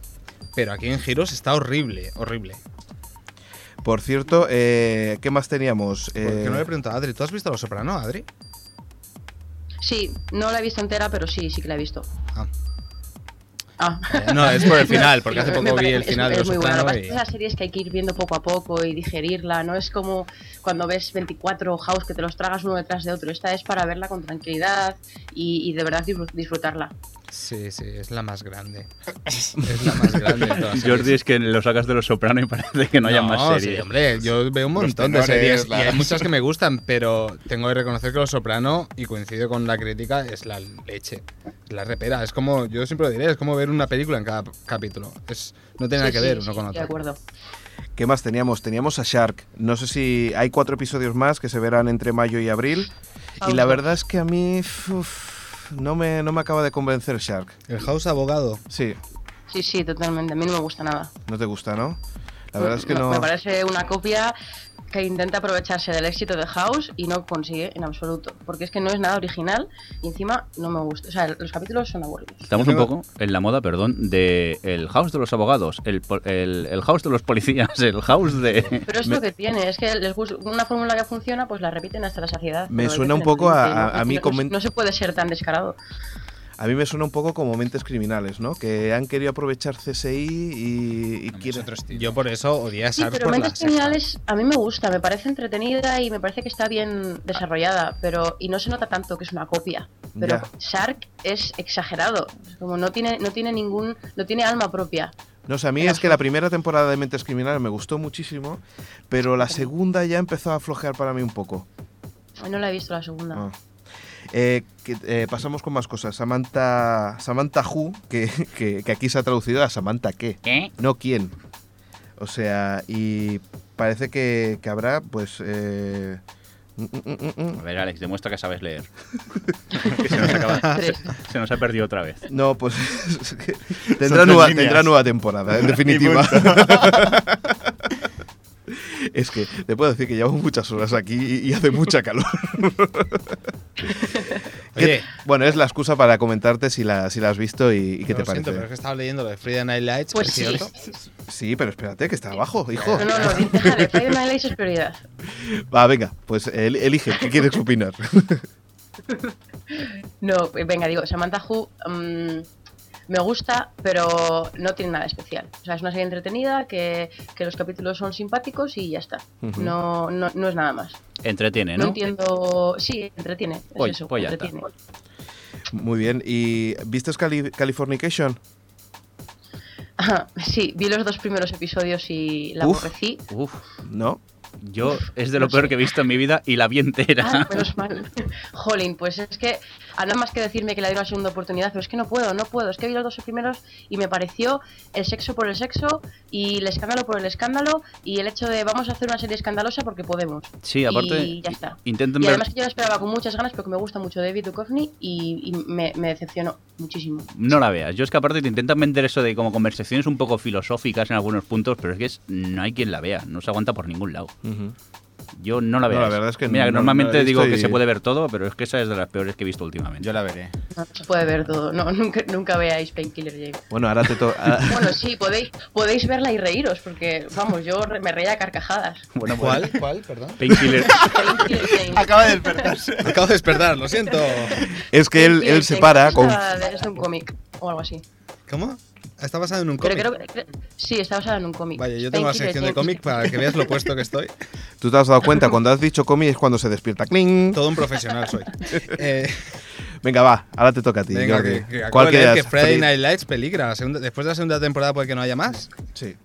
D: Pero aquí en Giros está horrible, horrible.
B: Por cierto, eh, ¿qué más teníamos?
D: Porque
B: Eh,
D: no le he preguntado a Adri, ¿tú has visto Los Soprano, Adri?
F: Sí, no la he visto entera, pero sí, sí que la he visto.
D: Ah.
F: Ah.
D: Eh, No, es por el final, porque hace
F: Me
D: poco vi
F: parece-
D: el
F: es-
D: final de
F: es
D: Los
F: muy bueno. Lo
D: Soprano
F: que
D: y...
F: pasa es que Las series que hay que ir viendo poco a poco y digerirla, no es como cuando ves 24 House que te los tragas uno detrás de otro. Esta es para verla con tranquilidad y, y de verdad disfrut- disfrutarla.
D: Sí, sí, es la más grande. Es la más grande. de todas las
E: Jordi
D: series.
E: es que lo sacas de los soprano y parece que no, haya más
D: sí,
E: series.
D: hombre, yo veo un montón de
C: tenores,
D: series y
C: las-
D: hay muchas que me gustan, pero tengo que reconocer que Los Soprano, y coincido con la crítica, es la leche, es la repera. Es como, yo siempre lo diré, es como ver una película en cada capítulo. Es, no tiene nada
F: Sí,
D: que
F: sí,
D: ver
F: sí,
D: uno con
F: De
D: otro.
F: acuerdo.
B: ¿Qué más teníamos? Teníamos a Shark. No sé si hay cuatro episodios más que se verán entre mayo y abril. Y la verdad es que a mí uf, no, me, no me acaba de convencer Shark.
D: El House Abogado.
B: Sí,
F: Sí, sí, totalmente. A mí no me gusta nada.
B: no te gusta, ¿no? La verdad es que
F: Me-
B: no.
F: Pues Me parece una copia que intenta aprovecharse del éxito de House y no consigue en absoluto. Porque es que no es nada original y encima no me gusta. O sea, los capítulos son aburridos.
E: Estamos un poco en la moda, perdón, de el house de los abogados, el, po- el, el house de los policías, el house de...
F: Pero es lo que tiene, es que les gusta una fórmula que funciona, pues la repiten hasta la saciedad.
B: Me
F: pero
B: suena un
F: evidentemente
B: poco a- a- a mí
F: no-
B: comen-
F: No se puede ser tan descarado.
B: A mí me suena un poco como mentes criminales, ¿no? Que han querido aprovechar CSI y, y quieren.
D: Yo por eso odié a
F: Sí,
D: Shark
F: pero
D: por la
F: Mentes
D: secta.
F: Criminales a mí me gusta, me parece entretenida y me parece que está bien desarrollada, pero y no se nota tanto que es una copia. Pero
B: Ya.
F: Shark es exagerado, es como no tiene no tiene ningún no tiene alma propia.
B: No sé, a mí
F: Era
B: es que la primera temporada de Mentes Criminales me gustó muchísimo, pero la segunda ya empezó a flojear para mí un poco.
F: Ay, No la he visto la segunda.
B: Ah. Eh, que- eh, pasamos con más cosas. Samantha, Samantha Who, que, que- que aquí se ha traducido a Samantha qué,
E: ¿Qué?
B: no quién. O sea, y parece que, que habrá, pues... eh, mm, mm, mm, mm,
E: A ver, Alex, demuestra que sabes leer. Que se, nos acaba-
F: Tres.
E: se nos ha perdido otra vez.
B: No, pues es que tendrá,
C: tres
B: nueva,
C: líneas.
B: tendrá nueva temporada, en definitiva. es que te puedo decir que llevamos muchas horas aquí y, y hace mucha calor.
D: Oye,
B: Bueno, es la excusa para comentarte si la, si la has visto y, y qué
D: lo
B: te parece.
D: siento, pero es que estaba leyendo lo de Friday Night Lights,
F: Pues
D: ¿es
F: sí.
D: cierto?
B: Sí, pero espérate, que está abajo, hijo.
F: No, no, no, di- deja de Friday Night Lights es prioridad.
B: Va, venga, pues el- elige, ¿qué quieres opinar?
F: No, eh, venga, digo, Samantha Who mm, me gusta, pero no tiene nada especial. O sea, es una serie entretenida, que, que los capítulos son simpáticos y ya está.
B: Ujú.
F: no, no, no es nada más.
E: Entretiene,
F: No,
E: ¿no?
F: entiendo. Sí, entretiene. Es
E: Pues-
F: eso,
E: pues ya está.
F: entretiene.
B: Muy bien, ¿y viste Cali- Californication?
F: Ajá, Sí, vi los dos primeros episodios y la
B: Uf.
F: aborrecí.
E: Uf,
B: No.
E: yo es de lo
F: No
E: peor
F: sé.
E: que he visto en mi vida y la vi entera.
F: Ah, menos mal. Jolín, pues es que a nada más que decirme que le dieron una segunda oportunidad, pero es que no puedo, no puedo. Es que vi los dos primeros y me pareció el sexo por el sexo y el escándalo por el escándalo y el hecho de vamos a hacer una serie escandalosa porque podemos.
E: Sí, aparte,
F: Y ya está.
E: intenten
F: Y
E: ver...
F: además que yo la esperaba con muchas ganas porque me gusta mucho David Duchovny y, y me, me decepcionó muchísimo.
E: No la veas. Yo es que aparte te intentan vender eso de como conversaciones un poco filosóficas en algunos puntos, pero es que es- no hay quien la vea, no se aguanta por ningún lado. Yo no la
B: No,
E: veo.
B: la verdad es que
E: Mira,
B: no- no- no
E: normalmente
B: la he
E: digo
B: visto
E: que
B: y-
E: se puede ver todo, pero es que esa es de las peores que he visto últimamente.
C: Yo la veré.
F: No se puede ver todo. No, nunca, nunca veáis Painkiller James.
B: Bueno, ahora te ah, toca...
F: Bueno, sí, podéis, podéis verla y reíros, porque, vamos, yo re- me reía a carcajadas.
E: Bueno, pues,
D: ¿Cuál? ¿Cuál? Perdón.
E: Painkiller.
F: Painkiller Jane.
C: Acaba de despertarse.
D: Me acabo de despertar, lo siento.
B: Es que él, él
F: Painkiller
B: se
F: Jane,
B: para
F: es
B: con...
F: una- Es este de un cómic o algo así.
D: ¿Cómo? Está basado en un
F: Pero
D: cómic.
F: creo que. cre- Sí, está basada en un cómic.
D: Vaya, yo tengo la
F: Painkiller
D: sección de
F: Jane.
D: cómic para que veas lo puesto que estoy.
B: Tú te has dado cuenta, cuando has dicho comi es cuando se despierta. ¡Cling!
D: Todo un profesional soy. Eh,
B: Venga, va, ahora te toca a ti.
D: venga,
B: Jordi.
D: que, que acabo
B: ¿Cuál
D: de leer
B: querías?
D: que Friday
B: Fri-
D: Night Lights peligra. La segunda- después de la segunda temporada puede que no haya más.
B: Sí.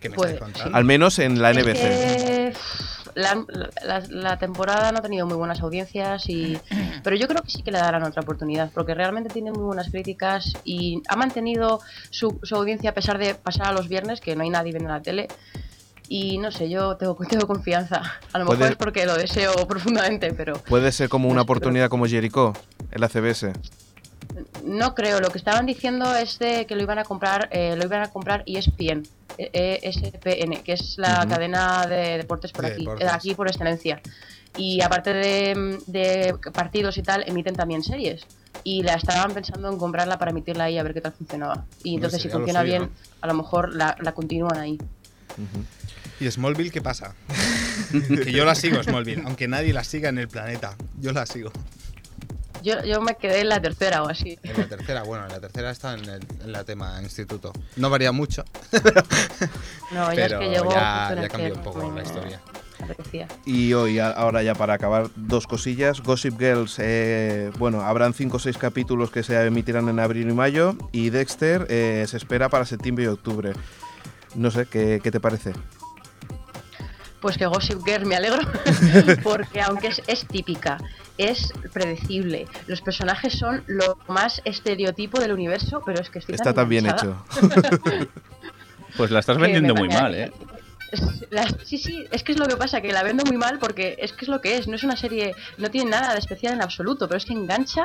D: ¿Qué me
F: Puede,
D: estáis contando?
B: Al menos en la
F: Es
B: NBC.
F: que, uff, La, la- la temporada no ha tenido muy buenas audiencias y pero yo creo que sí que le darán otra oportunidad porque realmente tiene muy buenas críticas y ha mantenido su, su audiencia a pesar de pasar a los viernes que no hay nadie viendo la tele y no sé yo tengo, tengo confianza a lo mejor
B: Puede-
F: es porque lo deseo profundamente pero
B: Puede ser como una
F: Pues, pero-
B: oportunidad como Jericho, en la CBS.
F: no creo lo que estaban diciendo es de que lo iban a comprar eh, lo iban a comprar ESPN eh, ESPN que es la
B: Ujú.
F: cadena de deportes por
D: De
F: aquí
D: deportes.
F: eh, aquí por excelencia y aparte de, de partidos y tal emiten también series y la estaban pensando en comprarla para emitirla ahí a ver qué tal funcionaba y
D: Hombre,
F: entonces si
D: sería lo
F: funciona
D: suyo,
F: bien
D: ¿no?
F: a lo mejor la, la continúan ahí
D: ¿Y Smallville qué pasa? que yo la sigo, Smallville. Aunque nadie la siga en el planeta. Yo la sigo.
F: yo, yo me quedé en la tercera o así
D: En la tercera, bueno, en la tercera está en, el, en la tema instituto. No varía mucho,
F: no ya es
D: pero
F: que llegó
D: ya,
F: justo en
D: ya
F: el
D: cambió
F: que-
D: un poco la historia.
F: apetecía.
B: Y hoy, a- ahora ya para acabar, dos cosillas. Gossip Girls, eh, bueno, habrán cinco o seis capítulos que se emitirán en abril y mayo. Y Dexter eh, se espera para septiembre y octubre. No sé, ¿qué, qué te parece?
F: Pues que Gossip Girl me alegro, porque aunque es, es típica, es predecible. Los personajes son lo más estereotipo del universo, pero es que estoy
B: Está tan bien
F: enganchada
B: hecho.
E: Pues la estás
F: que me
E: vendiendo muy
F: parece-
E: mal, ¿eh?
F: La- sí, sí, es que es lo que pasa, que la vendo muy mal porque es que es lo que es. No es una serie, no tiene nada de especial en absoluto, pero es que engancha,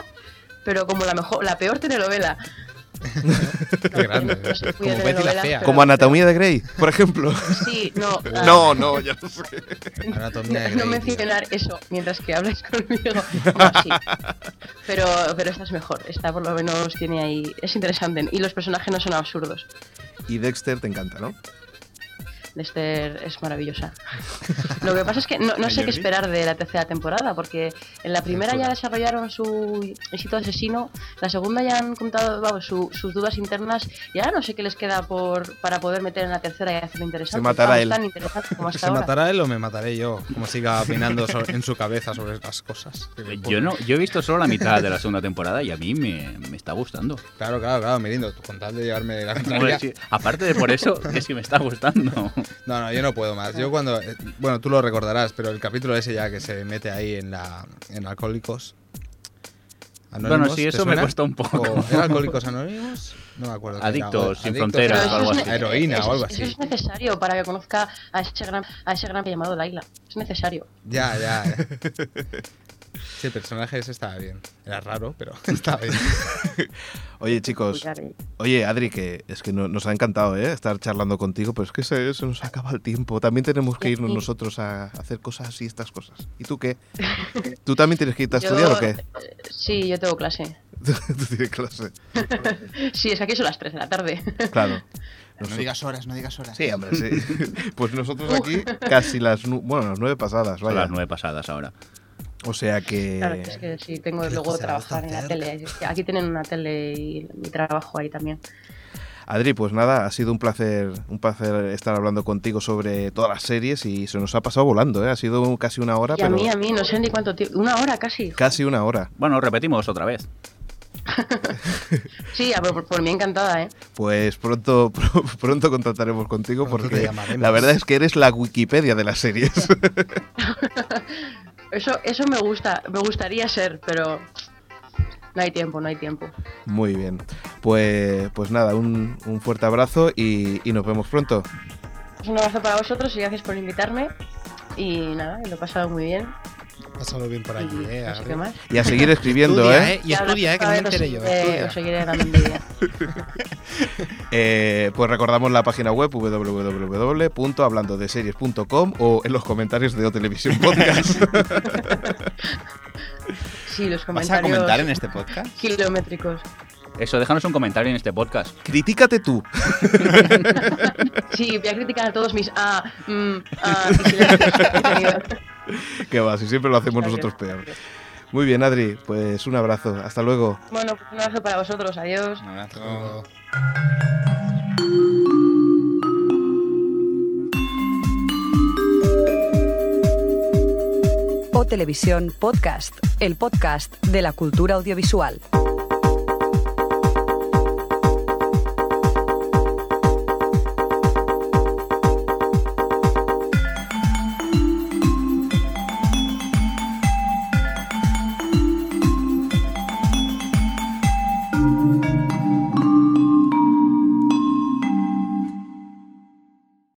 F: pero como la mejor, la peor telenovela.
D: Qué grande.
F: No soy muy de
D: Como Betty la
F: telenovelas,
D: Fea.
F: pero-
B: Como Anatomía de Grey, por ejemplo.
F: Sí, no. ah,
B: No, no, ya no sé.
D: Anatomía de
F: no- no
D: Grey, tío.
F: mencionar eso mientras que hablas conmigo. No, sí. Pero, pero esta es mejor. Esta por lo menos tiene ahí. Es interesante. Y los personajes no son absurdos.
B: Y Dexter te encanta, ¿no?
F: Lester es maravillosa. Lo que pasa es que no, no sé
C: Jordi?
F: qué esperar de la tercera temporada, porque en la primera ya desarrollaron su éxito asesino, la segunda ya han contado vamos, su- sus dudas internas, y ahora no sé qué les queda por para poder meter en la tercera y hacerlo interesante.
B: Se matará
F: Vamos,
B: él.
F: tan interesante como hasta
D: ¿Se
F: ahora.
D: matará él o me mataré yo? Como siga opinando so- en su cabeza sobre las cosas.
E: Yo no, yo he visto solo la mitad de la segunda temporada y a mí me, me está gustando.
D: Claro, claro, claro, Mirindo, con tal de llevarme de la
E: Hombre,
D: contraria.
E: sí, aparte de por eso, es que me está gustando.
D: No, no, yo no puedo más. Yo cuando. eh, Bueno, tú lo recordarás, pero el capítulo ese ya que se mete ahí en la en Alcohólicos.
E: Bueno, sí,
D: ¿te
E: eso me
D: suena?
E: cuesta un poco.
D: O- ¿Era Alcohólicos Anónimos? No me acuerdo. qué era.
E: Adictos
D: O-
E: sin fronteras
F: Pero
E: o algo
F: eso
E: así.
F: es-
D: Heroína
F: eso-
D: o algo
F: Eso
D: así.
F: es necesario para que conozca a ese gran, a ese gran llamado Laila. Es necesario.
D: Ya, ya. Sí, el personaje ese estaba bien. Era raro, pero estaba bien.
B: Oye, chicos,
F: Cuidar y-
B: Oye, Adri, que es que no- nos ha encantado ¿eh? estar charlando contigo, pero es que se, se nos acaba el tiempo. También tenemos que irnos
F: Sí.
B: nosotros a hacer cosas y estas cosas. ¿Y tú qué? ¿Tú también tienes que irte a
F: Yo-
B: estudiar o qué?
F: eh, Sí, yo tengo clase.
B: Tú tienes clase.
F: Sí, es que aquí son las 3 de la tarde.
B: Claro.
C: No
B: Nosotros-
C: digas horas, no digas horas.
B: Sí, hombre, sí. Pues nosotros aquí casi las, nu- bueno, las nueve pasadas,
E: Son
B: vaya.
E: las nueve pasadas ahora.
B: O sea que...
F: Claro, es que sí, tengo
D: creo
F: luego
D: que será
F: trabajar en la
D: bastante
F: tele. Es que Aquí tienen una tele y mi trabajo ahí también.
B: Adri, pues nada, ha sido un placer, un placer estar hablando contigo sobre todas las series y se nos ha pasado volando, ¿eh? Ha sido un- casi una hora,
F: Y a
B: pero
F: mí, a mí, no sé ni cuánto tiempo. Una hora casi.
B: casi una hora.
E: Bueno, repetimos otra vez.
F: Sí, a por, por- por mí encantada, ¿eh?
B: Pues pronto, pro- pronto contrataremos contigo
D: Pronto te
B: porque
D: llamaremos.
B: la verdad es que eres la Wikipedia de las series.
F: Eso, eso me gusta, me gustaría ser, pero no hay tiempo, no hay tiempo.
B: Muy bien. Pues, pues nada, un, un fuerte abrazo y, y nos vemos pronto.
F: Pues un abrazo para vosotros y gracias por invitarme. Y nada, lo he pasado muy bien.
D: Pásalo bien por
F: Y
D: allí, eh.
F: no sé qué
D: Adri.
F: más.
B: Y a seguir escribiendo,
D: Estudia,
B: ¿eh?
D: Y estudia, eh, que no me enteré yo.
F: Eh,
D: estudia.
F: os seguiré dando envidia.
B: Eh, Pues recordamos la página web www.hablandodeseries.com o en los comentarios de O Televisión Podcast.
F: Sí, los
C: ¿Vas a
F: comentarios
C: comentar en este podcast?
F: kilométricos.
E: Eso, déjanos un comentario en este podcast.
B: Critícate tú.
F: Sí, voy a criticar a todos mis ah, mm, ah, y silencios que he tenido.
B: Que va, si siempre lo hacemos nosotros peor. Muy bien, Adri. Pues un abrazo. Hasta luego.
F: Bueno, pues un abrazo para vosotros, adiós.
C: Un abrazo.
D: Oh.
A: O Televisión Podcast, el podcast de la cultura audiovisual.